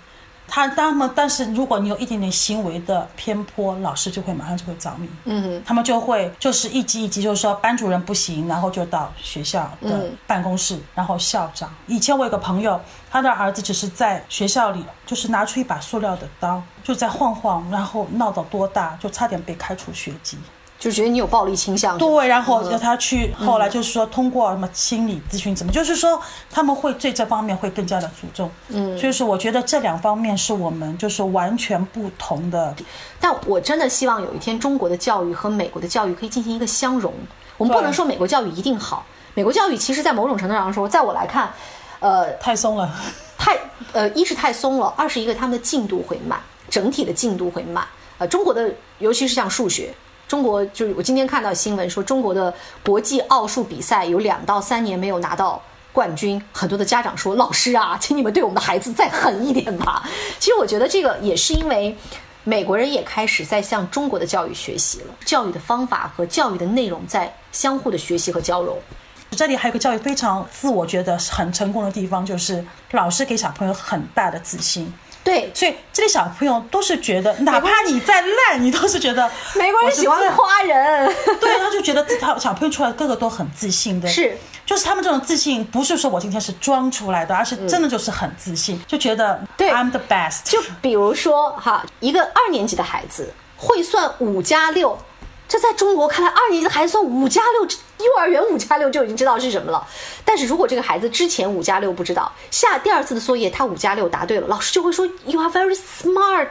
Speaker 2: 他那么，但是如果你有一点点行为的偏颇，老师就会马上就会找你。嗯哼，他们就会就是一级一级，就是说班主任不行，然后就到学校的办公室，然后校长。以前我有个朋友，他的儿子只是在学校里，就是拿出一把塑料的刀，就在晃晃，然后闹到多大，就差点被开除学籍。
Speaker 3: 就觉得你有暴力倾向。
Speaker 2: 对，然后叫他去，后来就是说通过什么心理咨询，怎么，就是说他们会对这方面会更加的注重。嗯，所以说我觉得这两方面是我们就是完全不同的。
Speaker 3: 但我真的希望有一天中国的教育和美国的教育可以进行一个相融。我们
Speaker 2: 对
Speaker 3: 不能说美国教育一定好，美国教育其实在某种程度上说，在我来看，呃，
Speaker 2: 太松了，
Speaker 3: 太呃，一是太松了，二是一个他们的进度会慢，整体的进度会慢。呃，中国的尤其是像数学，中国就是我今天看到新闻说，中国的国际奥数比赛有两到三年没有拿到。冠军，很多的家长说：“老师啊，请你们对我们的孩子再狠一点吧。”其实我觉得这个也是因为美国人也开始在向中国的教育学习了，教育的方法和教育的内容在相互的学习和交融。
Speaker 2: 这里还有一个教育非常自我觉得很成功的地方，就是老师给小朋友很大的自信。
Speaker 3: 对，
Speaker 2: 所以这些小朋友都是觉得，哪怕你再烂，你都是觉得
Speaker 3: 美国
Speaker 2: 我
Speaker 3: 人
Speaker 2: 是
Speaker 3: 喜欢
Speaker 2: 自
Speaker 3: 夸人。
Speaker 2: 对，他就觉得自他小朋友出来个个都很自信的，
Speaker 3: 是，
Speaker 2: 就是他们这种自信，不是说我今天是装出来的，而是真的就是很自信，就觉得
Speaker 3: 嗯对
Speaker 2: I'm the best，
Speaker 3: 就比如说哈，一个二年级的孩子会算五加六，这在中国看来，二年级的孩子算五加六，这幼儿园五加六就已经知道是什么了。但是如果这个孩子之前五加六不知道，下第二次的作业他五加六答对了，老师就会说 You are very smart，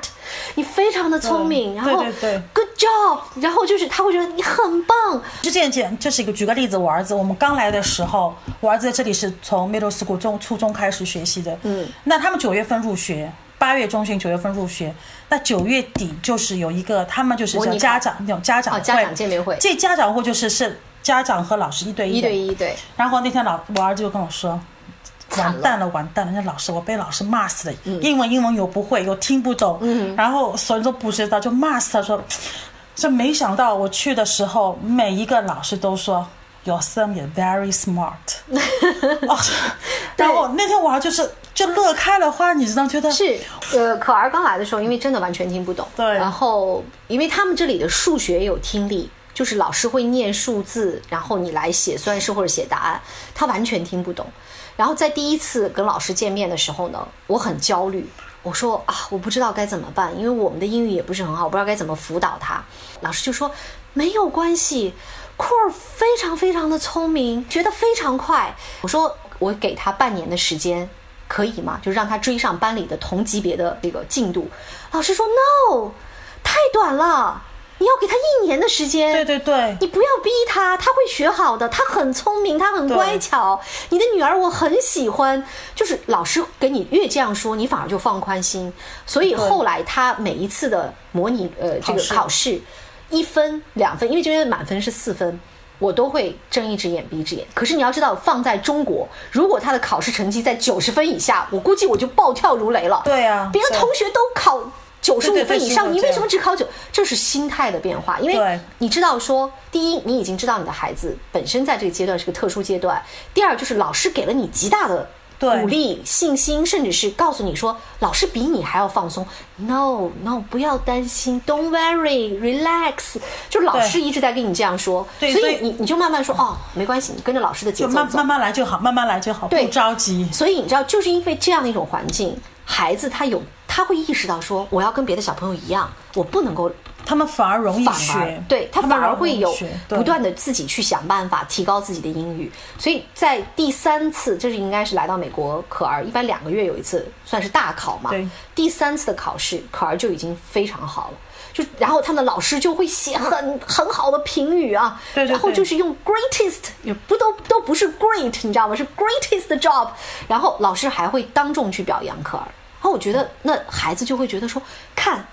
Speaker 3: 你非常的聪明，
Speaker 2: 嗯
Speaker 3: 然后
Speaker 2: 对对对
Speaker 3: Good job，然后就是他会觉得你很棒，
Speaker 2: 就这件，就是一个举个例子，我儿子我们刚来的时候，我儿子在这里是从 middle school 中初中开始学习的，嗯，那他们九月份入学，八月中旬九月份入学，那九月底就是有一个他们就是
Speaker 3: 模
Speaker 2: 叫
Speaker 3: 拟考
Speaker 2: 家长那种家长
Speaker 3: 哦
Speaker 2: 会、
Speaker 3: 家长见面会
Speaker 2: 这家长会就是是家长和老师一对
Speaker 3: 一
Speaker 2: 一的
Speaker 3: 对一对。
Speaker 2: 然后那天老我儿子就跟我说。
Speaker 3: 惨了嗯
Speaker 2: 完蛋了，完蛋了！那老师，我被老师骂死了。英文英文又不会，又听不懂，然后所有人都不知道，就骂死他说。 这没想到我去的时候，每一个老师都说 Your son is very smart 哦。然后那天我还就是就乐开了花，你知道，觉得
Speaker 3: 是，呃，可儿刚来的时候，因为真的完全听不懂，
Speaker 2: 对
Speaker 3: 然后因为他们这里的数学也有听力，就是老师会念数字，然后你来写算式或者写答案，他完全听不懂。然后在第一次跟老师见面的时候呢，我很焦虑，我说啊，我不知道该怎么办，因为我们的英语也不是很好，我不知道该怎么辅导他。老师就说没有关系，库尔非常非常的聪明，学得非常快。我说我给他半年的时间，可以吗？就让他追上班里的同级别的这个进度。老师说 no，太短了，你要给他一年的时间。
Speaker 2: 对对对，
Speaker 3: 你不要逼他，他会学好的，他很聪明，他很乖巧。你的女儿我很喜欢，就是老师给你越这样说，你反而就放宽心。所以后来他每一次的模拟呃这个
Speaker 2: 考试
Speaker 3: 考试，一分两分，因为这边满分是四分。我都会睁一只眼闭一只眼，可是你要知道，放在中国，如果他的考试成绩在九十分以下，我估计我就暴跳如雷了。
Speaker 2: 对啊
Speaker 3: 别的
Speaker 2: 对
Speaker 3: 同学都考九十
Speaker 2: 对
Speaker 3: 五分
Speaker 2: 对对啊
Speaker 3: 以
Speaker 2: 是
Speaker 3: 上，
Speaker 2: 会
Speaker 3: 你
Speaker 2: 这
Speaker 3: 为
Speaker 2: 样
Speaker 3: 什么只考九？这是心态的变化，因为
Speaker 2: 对
Speaker 3: 你知道说，第一，你已经知道你的孩子本身在这个阶段是个特殊阶段；第二，就是老师给了你极大的
Speaker 2: 对
Speaker 3: 鼓励、信心，甚至是告诉你说，老师比你还要放松。No No，不要担心，Don't worry，relax。就老
Speaker 2: 对
Speaker 3: 师一直在跟你这样说，
Speaker 2: 对
Speaker 3: 所
Speaker 2: 所
Speaker 3: 以
Speaker 2: 以
Speaker 3: 你你就慢慢说哦，没关系，你跟着老师的节
Speaker 2: 就
Speaker 3: 奏
Speaker 2: 慢
Speaker 3: 走
Speaker 2: 慢。慢来就好，慢慢来就好，
Speaker 3: 对
Speaker 2: 不着急。
Speaker 3: 所以你知道，就是因为这样的一种环境，孩子他有他他会意识到说，我要跟别的小朋友一样，我不能够
Speaker 2: 他们反而容易
Speaker 3: 反而
Speaker 2: 学，
Speaker 3: 对他
Speaker 2: 们
Speaker 3: 反而会有
Speaker 2: 容易学对
Speaker 3: 不断的自己去想办法提高自己的英语。所以在第三次，这是应该是来到美国可儿，一般两个月有一次，算是大考嘛
Speaker 2: 对。
Speaker 3: 第三次的考试，可儿就已经非常好了。就然后他们的老师就会写很很好的评语啊，
Speaker 2: 对对对
Speaker 3: 然后就是用 greatest，也不都都不是 great，你知道吗？是 greatest job，然后老师还会当众去表扬可儿，然后我觉得那孩子就会觉得说，看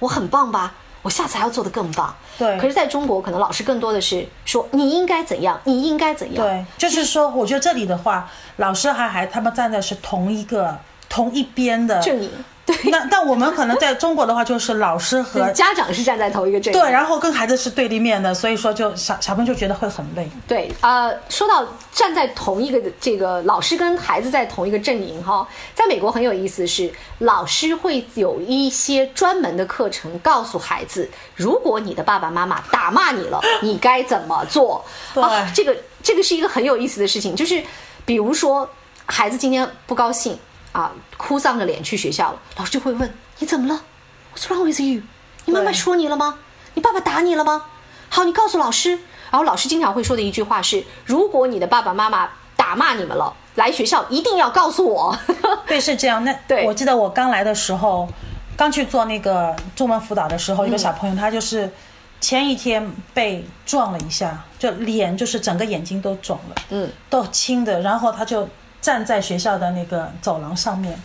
Speaker 3: 我很棒吧，我下次还要做得更棒。
Speaker 2: 对
Speaker 3: 可是在中国，可能老师更多的是说你应该怎样，你应该怎样。
Speaker 2: 对，就是说，我觉得这里的话，老师还还他们站的是同一个同一边的，
Speaker 3: 就你对
Speaker 2: 那但我们可能在中国的话，就是老师和
Speaker 3: 家长是站在同一个阵营。
Speaker 2: 对，然后跟孩子是对立面的，所以说就小小朋友就觉得会很累。
Speaker 3: 对，呃，说到站在同一个这个老师跟孩子在同一个阵营哈，在美国很有意思是，老师会有一些专门的课程告诉孩子，如果你的爸爸妈妈打骂你了，你该怎么做？啊
Speaker 2: 对，
Speaker 3: 这个这个是一个很有意思的事情，就是比如说孩子今天不高兴啊，哭丧着脸去学校了，老师就会问你怎么了？What's wrong with you？你妈妈
Speaker 2: 对
Speaker 3: 说你了吗？你爸爸打你了吗？好，你告诉老师。然后老师经常会说的一句话是：如果你的爸爸妈妈打骂你们了，来学校一定要告诉我。
Speaker 2: 对，是这样。那
Speaker 3: 对
Speaker 2: 我记得我刚来的时候，刚去做那个中文辅导的时候，
Speaker 3: 嗯
Speaker 2: 一个小朋友他就是前一天被撞了一下，就脸就是整个眼睛都肿了，
Speaker 3: 嗯，
Speaker 2: 都青的，然后他就站在学校的那个走廊上面，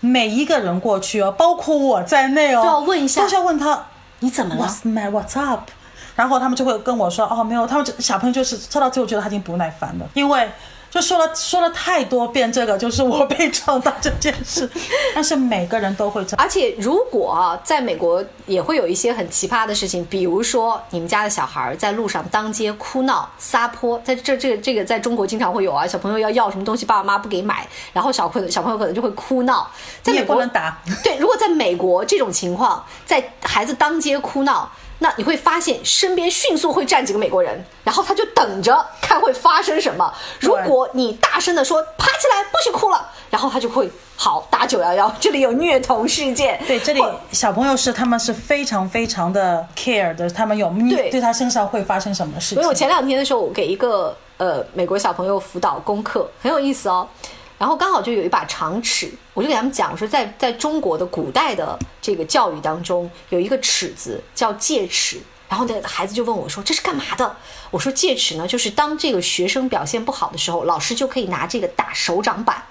Speaker 2: 每一个人过去哦，包括我在内哦，
Speaker 3: 都要啊问一下
Speaker 2: 都是要问他
Speaker 3: 你怎么了？
Speaker 2: What's my What's up？然后他们就会跟我说，哦，没有，他们就小朋友就是说到最后觉得他已经不耐烦了，因为就说了说了太多遍这个就是我被撞到这件事， 但是每个人都会这样。
Speaker 3: 而且，如果啊，在美国也会有一些很奇葩的事情，比如说你们家的小孩儿在路上当街哭闹、撒泼，在这这个这个在中国经常会有啊，小朋友要要什么东西，爸爸妈妈不给买，然后小朋友小朋友可能就会哭闹，在
Speaker 2: 你
Speaker 3: 美
Speaker 2: 也
Speaker 3: 国
Speaker 2: 不能打，
Speaker 3: 对，如果在美国这种情况，在孩子当街哭闹。那你会发现身边迅速会站几个美国人，然后他就等着看会发生什么。如
Speaker 2: 对
Speaker 3: 果你大声的说“爬起来，不许哭了”，然后他就会好打九幺幺，这里有虐童事件。
Speaker 2: 对，这里
Speaker 3: 或
Speaker 2: 小朋友是他们是非常非常的 care 的，他们有你
Speaker 3: 对
Speaker 2: 对他身上会发生什么事
Speaker 3: 因为我
Speaker 2: 情。
Speaker 3: 前两天的时候，我给一个呃美国小朋友辅导功课，很有意思哦。然后刚好就有一把长尺，我就给他们讲说在，在中国的古代的这个教育当中，有一个尺子叫戒尺。然后那个孩子就问我说：“这是干嘛的？”我说：“戒尺呢，就是当这个学生表现不好的时候，老师就可以拿这个打手掌板。”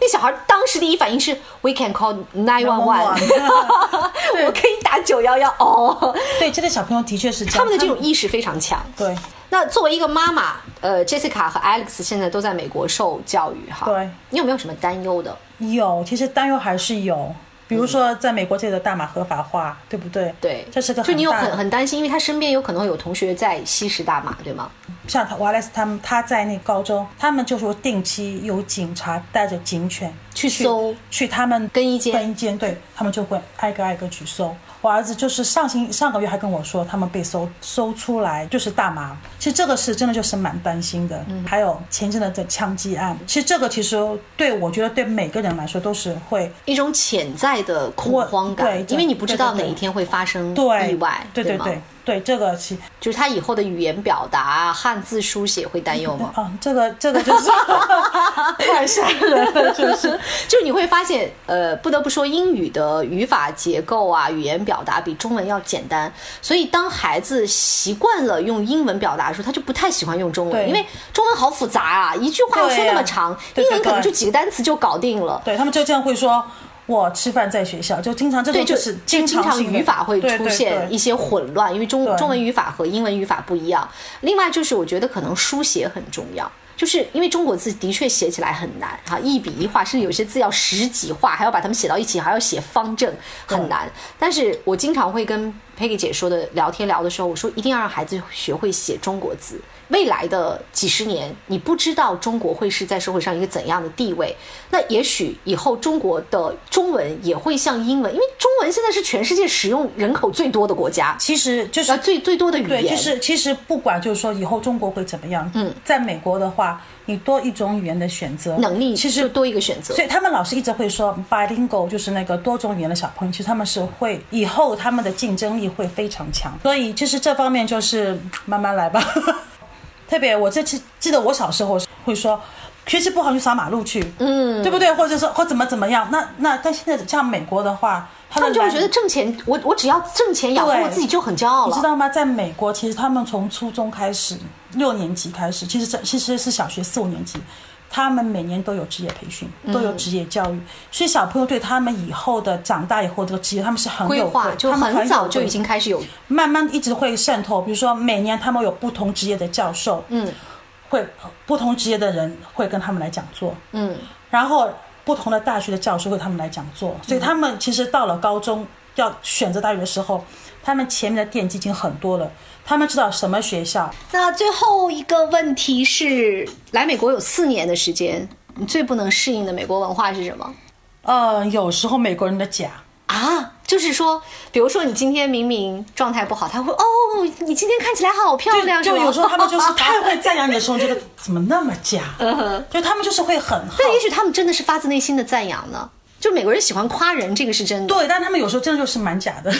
Speaker 3: 那小孩当时第一反应是：“We can call nine one one，我 可以打九幺幺。”哦，
Speaker 2: 对，这类小朋友的确是这样。
Speaker 3: 他们的这种意识非常强。
Speaker 2: 对
Speaker 3: 那作为一个妈妈，呃，Jessica 和 Alex 现在都在美国受教育哈。
Speaker 2: 对，
Speaker 3: 你有没有什么担忧的？
Speaker 2: 有，其实担忧还是有，比如说在美国这里的大麻合法化，对不对？
Speaker 3: 对，
Speaker 2: 这是个
Speaker 3: 就你有
Speaker 2: 大的
Speaker 3: 很很担心，因为他身边有可能有同学在吸食大麻，对吗？
Speaker 2: 像他瓦莱斯他们，他在那高中，他们就是定期有警察带着警犬
Speaker 3: 去
Speaker 2: 去
Speaker 3: 搜
Speaker 2: 去他们
Speaker 3: 更衣间
Speaker 2: 更衣间，对他们就会挨个挨个去搜。我儿子就是上星上个月还跟我说，他们被搜搜出来就是大麻。其实这个事真的就是蛮担心的。
Speaker 3: 嗯
Speaker 2: 还有前阵的这枪击案，其实这个其实对我觉得对每个人来说都是会
Speaker 3: 一种潜在的恐
Speaker 2: 我
Speaker 3: 慌感
Speaker 2: 对，对
Speaker 3: 因为你不知道
Speaker 2: 对对
Speaker 3: 哪
Speaker 2: 对
Speaker 3: 一天会发生
Speaker 2: 对
Speaker 3: 意外，
Speaker 2: 对对
Speaker 3: 吗？
Speaker 2: 对对，这个其
Speaker 3: 就是他以后的语言表达、汉字书写会担忧吗？
Speaker 2: 啊，这个这 个就是 太吓人了， 就是。
Speaker 3: 就是你会发现，呃，不得不说，英语的语法结构啊，语言表达比中文要简单。所以当孩子习惯了用英文表达的时候，他就不太喜欢用中文，
Speaker 2: 对
Speaker 3: 因为中文好复杂啊，一句话要说那么长，
Speaker 2: 对呀
Speaker 3: 英文可能
Speaker 2: 对对对
Speaker 3: 就几个单词就搞定了。
Speaker 2: 对他们就这样会说，我吃饭在学校，就经常这
Speaker 3: 对，
Speaker 2: 种
Speaker 3: 就是就经
Speaker 2: 常
Speaker 3: 常
Speaker 2: 性的
Speaker 3: 语法会
Speaker 2: 对
Speaker 3: 出
Speaker 2: 对
Speaker 3: 现
Speaker 2: 对
Speaker 3: 一些混乱，因为中
Speaker 2: 对
Speaker 3: 中文语法和英文语法不一样。另外就是我觉得可能书写很重要。就是因为中国字的确写起来很难哈，一笔一画，甚至有些字要十几画，还要把它们写到一起，还要写方正，很难。但是我经常会跟 Peggy 姐说的聊天聊的时候，我说一定要让孩子学会写中国字，未来的几十年，你不知道中国会是在社会上一个怎样的地位。那也许以后中国的中文也会像英文，因为中文现在是全世界使用人口最多的国家，
Speaker 2: 其实就是
Speaker 3: 呃，最最多的语
Speaker 2: 对，
Speaker 3: 言。
Speaker 2: 就是其实不管就是说以后中国会怎么样，嗯，在美国的话，你多一种语言的选择，
Speaker 3: 能力
Speaker 2: 其
Speaker 3: 就
Speaker 2: 实。
Speaker 3: 多一个选择
Speaker 2: 所，以他们老师一直会说 bilingual，就是那个多种语言的小朋友，其实他们是会以后他们的竞争力会非常强，所以就是这方面就是慢慢来吧。 特别我这次记得我小时候会说学习不好就扫马路去，嗯，对不对？或者说或怎么怎么样？那那但现在像美国的话，
Speaker 3: 他
Speaker 2: 他的
Speaker 3: 们就会
Speaker 2: 蓝
Speaker 3: 觉得挣钱，我我只要挣钱养活
Speaker 2: 对
Speaker 3: 我自己就很骄傲
Speaker 2: 你知
Speaker 3: 了。
Speaker 2: 道吗？在美国，其实他们从初中开始，六年级开始，其实这其实是小学四五年级，他们每年都有职业培训，
Speaker 3: 嗯
Speaker 2: 都有职业教育，所以小朋友对他们以后的长大以后这个职业，他们是很
Speaker 3: 规
Speaker 2: 有
Speaker 3: 划就
Speaker 2: 他们
Speaker 3: 很早
Speaker 2: 有
Speaker 3: 就
Speaker 2: 规
Speaker 3: 已经开始有
Speaker 2: 慢慢一直会渗透。比如说，每年他们有不同职业的教授，嗯，会不同职业的人会跟他们来讲座，嗯，然后不同的大学的教授会他们来讲座，所以他们其实到了高中要选择大学的时候，他们前面的奠基已经很多了，他们知道什么学校，
Speaker 3: 那最后一个问题是，来美国有四年的时间，你最不能适应的美国文化是什么
Speaker 2: 呃，有时候美国人的假。
Speaker 3: 啊？就是说，比如说你今天明明状态不好，他会哦，你今天看起来好漂亮，
Speaker 2: 就就是
Speaker 3: 吧
Speaker 2: 有时候他 们就是太会赞扬你的时候，觉得怎么那么假？
Speaker 3: 嗯
Speaker 2: 就他们就是会很好
Speaker 3: 但也许他们真的是发自内心的赞扬呢。就美国人喜欢夸人，这个是真的，
Speaker 2: 对，但他们有时候真的就是 蛮假的。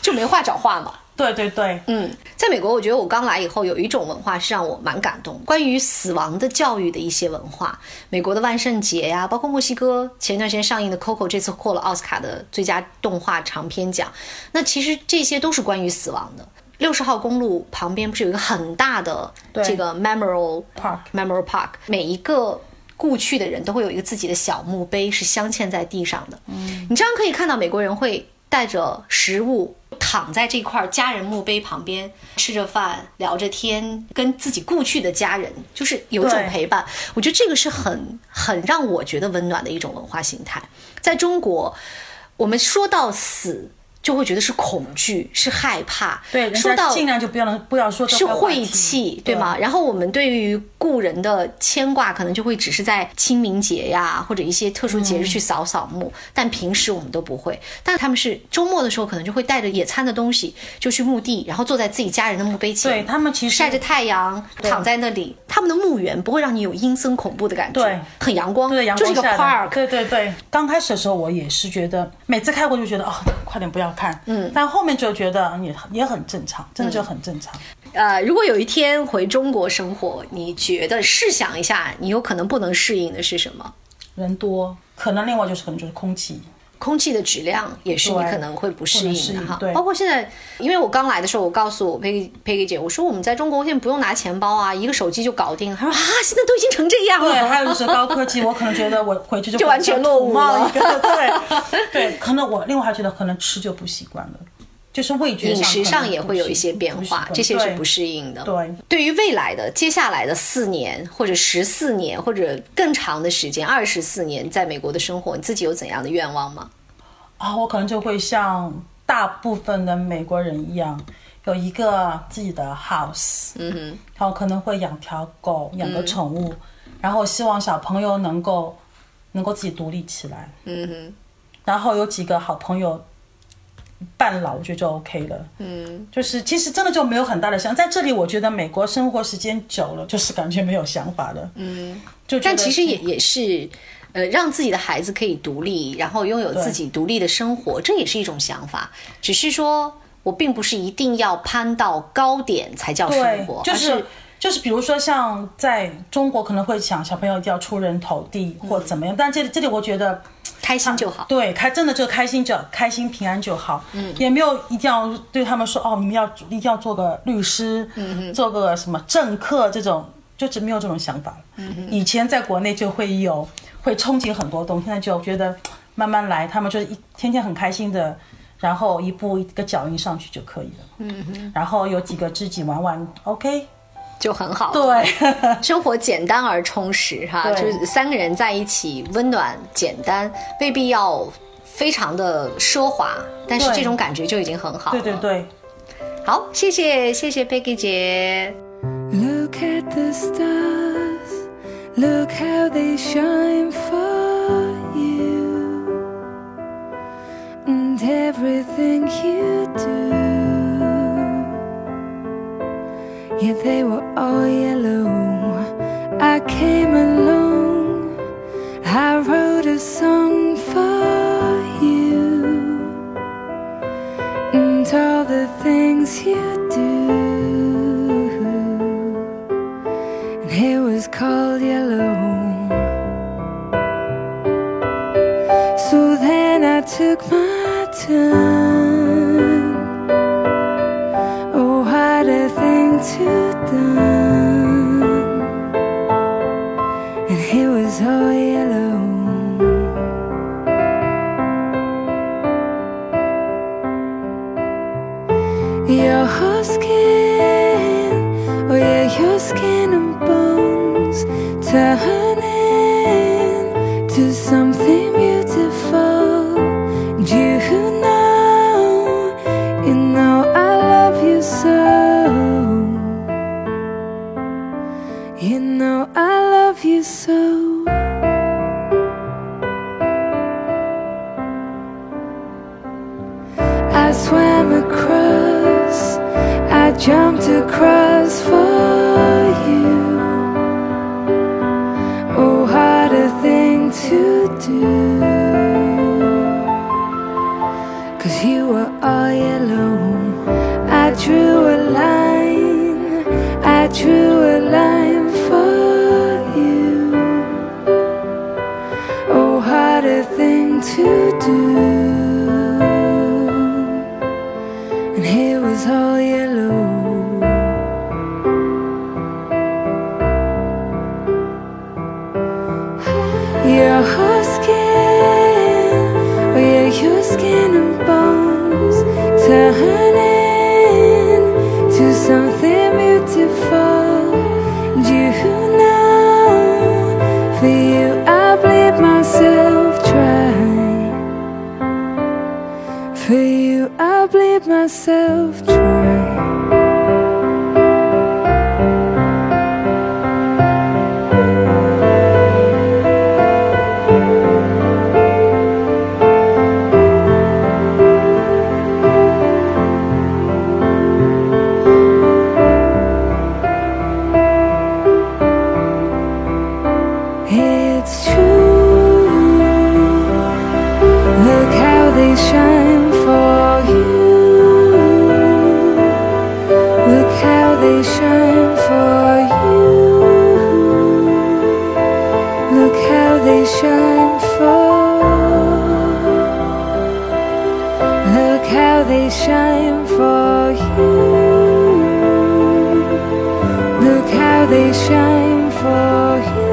Speaker 3: 就没话找话嘛。
Speaker 2: 对对对，
Speaker 3: 嗯，在美国，我觉得我刚来以后有一种文化是让我蛮感动，关于死亡的教育的一些文化。美国的万圣节呀、包括墨西哥前一段时间上映的《Coco》，这次获了奥斯卡的最佳动画长片奖。那其实这些都是关于死亡的。六十号公路旁边不是有一个很大的
Speaker 2: 对
Speaker 3: 这个 Memorial
Speaker 2: Park
Speaker 3: Memorial Park，每一个故去的人都会有一个自己的小墓碑是镶嵌在地上的。嗯，你这样可以看到美国人会带着食物躺在这块家人墓碑旁边，吃着饭聊着天，跟自己故去的家人就是有一种
Speaker 2: 对
Speaker 3: 陪伴。我觉得这个是很很让我觉得温暖的一种文化形态。在中国，我们说到死。就会觉得是恐惧，是害怕。
Speaker 2: 对，人
Speaker 3: 说
Speaker 2: 家
Speaker 3: 到
Speaker 2: 尽量就不要能不要说这
Speaker 3: 是
Speaker 2: 个话
Speaker 3: 晦
Speaker 2: 题
Speaker 3: 气，对吗？？然后我们对于故人的牵挂，可能就会只是在清明节呀，或者一些特殊节日去扫扫墓，但平时我们都不会。但他们是周末的时候，可能就会带着野餐的东西，就去墓地，然后坐在自己家人的墓碑前，
Speaker 2: 对他们其实
Speaker 3: 晒着太阳，躺在那里。他们的墓园不会让你有阴森恐怖的感觉，
Speaker 2: 对
Speaker 3: 很阳光，
Speaker 2: 对，阳
Speaker 3: 就是
Speaker 2: 光
Speaker 3: 一个
Speaker 2: 下
Speaker 3: park，
Speaker 2: 的，对对对。刚开始的时候，我也是觉得每次开过就觉得哦，快点不要看，嗯。但后面就觉得嗯也也很正常，真的就很正常。
Speaker 3: 呃，如果有一天回中国生活，你觉得试想一下，你有可能不能适应的是什么？
Speaker 2: 人多，可能另外就是可能就是空气，
Speaker 3: 空气的质量也是你
Speaker 2: 对
Speaker 3: 可能会不适
Speaker 2: 不
Speaker 3: 应
Speaker 2: 能
Speaker 3: 的
Speaker 2: 适应
Speaker 3: 哈
Speaker 2: 对。
Speaker 3: 包括现在，因为我刚来的时候，我告诉我 Peggy Peggy 姐，我说我们在中国现在不用拿钱包啊，一个手机就搞定了。她说啊，现在都已经成这样
Speaker 2: 对，
Speaker 3: 了。
Speaker 2: 还有就是 高科技，我可能觉得我回去就
Speaker 3: 就完全落伍了
Speaker 2: 冒一个， 对对，可能我另外还觉得可能吃就不习惯了，就是味觉
Speaker 3: 饮
Speaker 2: 可
Speaker 3: 食
Speaker 2: 能
Speaker 3: 上也
Speaker 2: 不
Speaker 3: 会有
Speaker 2: 习
Speaker 3: 一些
Speaker 2: 不
Speaker 3: 变
Speaker 2: 习
Speaker 3: 化
Speaker 2: 惯，
Speaker 3: 这些是
Speaker 2: 对
Speaker 3: 不适应的。
Speaker 2: 对
Speaker 3: 对于未来的接下来的四年或者十四年或者更长的时间，二十四年在美国的生活，你自己有怎样的愿望吗？
Speaker 2: 啊，我可能就会像大部分的美国人一样，有一个自己的 house，嗯哼，然后可能会养条狗，养个宠物，然后希望小朋友能够能够自己独立起来，嗯哼，然后有几个好朋友。半老我觉得就 OK 了，嗯，就是其实真的就没有很大的想，在这里我觉得美国生活时间久了，就是感觉没有想法了，嗯，就觉
Speaker 3: 但
Speaker 2: 得
Speaker 3: 其实也也是，呃，让自己的孩子可以独立，然后拥有自己独立的生活，这也是一种想法。只是说我并不是一定要攀到高点才叫生
Speaker 2: 对
Speaker 3: 活，，
Speaker 2: 就
Speaker 3: 而
Speaker 2: 是就是，比如说像在中国可能会想小朋友一定要出人头地或怎么样，但这里这里我觉得
Speaker 3: 开心就好。
Speaker 2: 对开真的就开心就开心平安就好，嗯，也没有一定要对他们说哦，你们要一定要做个律师，嗯，做个什么政客这种，就是没有这种想法了。嗯、以前在国内就会有会憧憬很多东西，现在就觉得慢慢来，他们就是一天天很开心的。然后一步一个脚印上去就可以了，嗯哼，然后有几个知己玩玩，OK，
Speaker 3: 就很好，
Speaker 2: 对，
Speaker 3: 生活简单而充实哈，啊就
Speaker 2: 对
Speaker 3: 是三个人在一起温暖简单，未必要非常的奢华，但是
Speaker 2: 对
Speaker 3: 这种感觉就已经很好了。
Speaker 2: 对对对。
Speaker 3: 好，谢谢谢谢 Peggy 姐。
Speaker 4: Look at the stars, look how they shine for you, and everything you do. Yeah, they were all yellow. I came along, I wrote a song for you and all the things you do. And it was called yellow. So then I took my turn. Oh, what a thing to done. And it was all yellow. Your skin, oh yeah, your skin and bones turning to something beautiful. And you know, you know I love you so. You know I love you so. I swam across, I jumped across for you. Oh, what a thing to do. Cause you were all yellow. I drew a line, I drew a line for you. Oh, what a thing to do. And it was all yellow. Your skin, oh yeah, your skin and bones turning to something beautiful. And you know, for you I bleed myself dry. For you I bleed myself dry. It's true. Look how they shine for you. Look how they shine for you. Look how they shine for. Look how they shine for you. Look how they shine for you.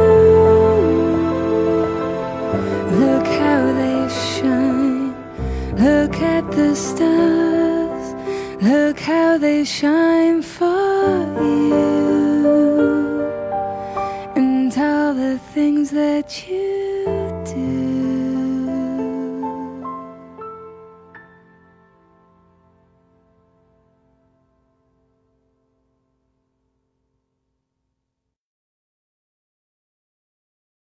Speaker 4: Look how they shine. Look at the stars. Look how they shine for you. And all the things that you do.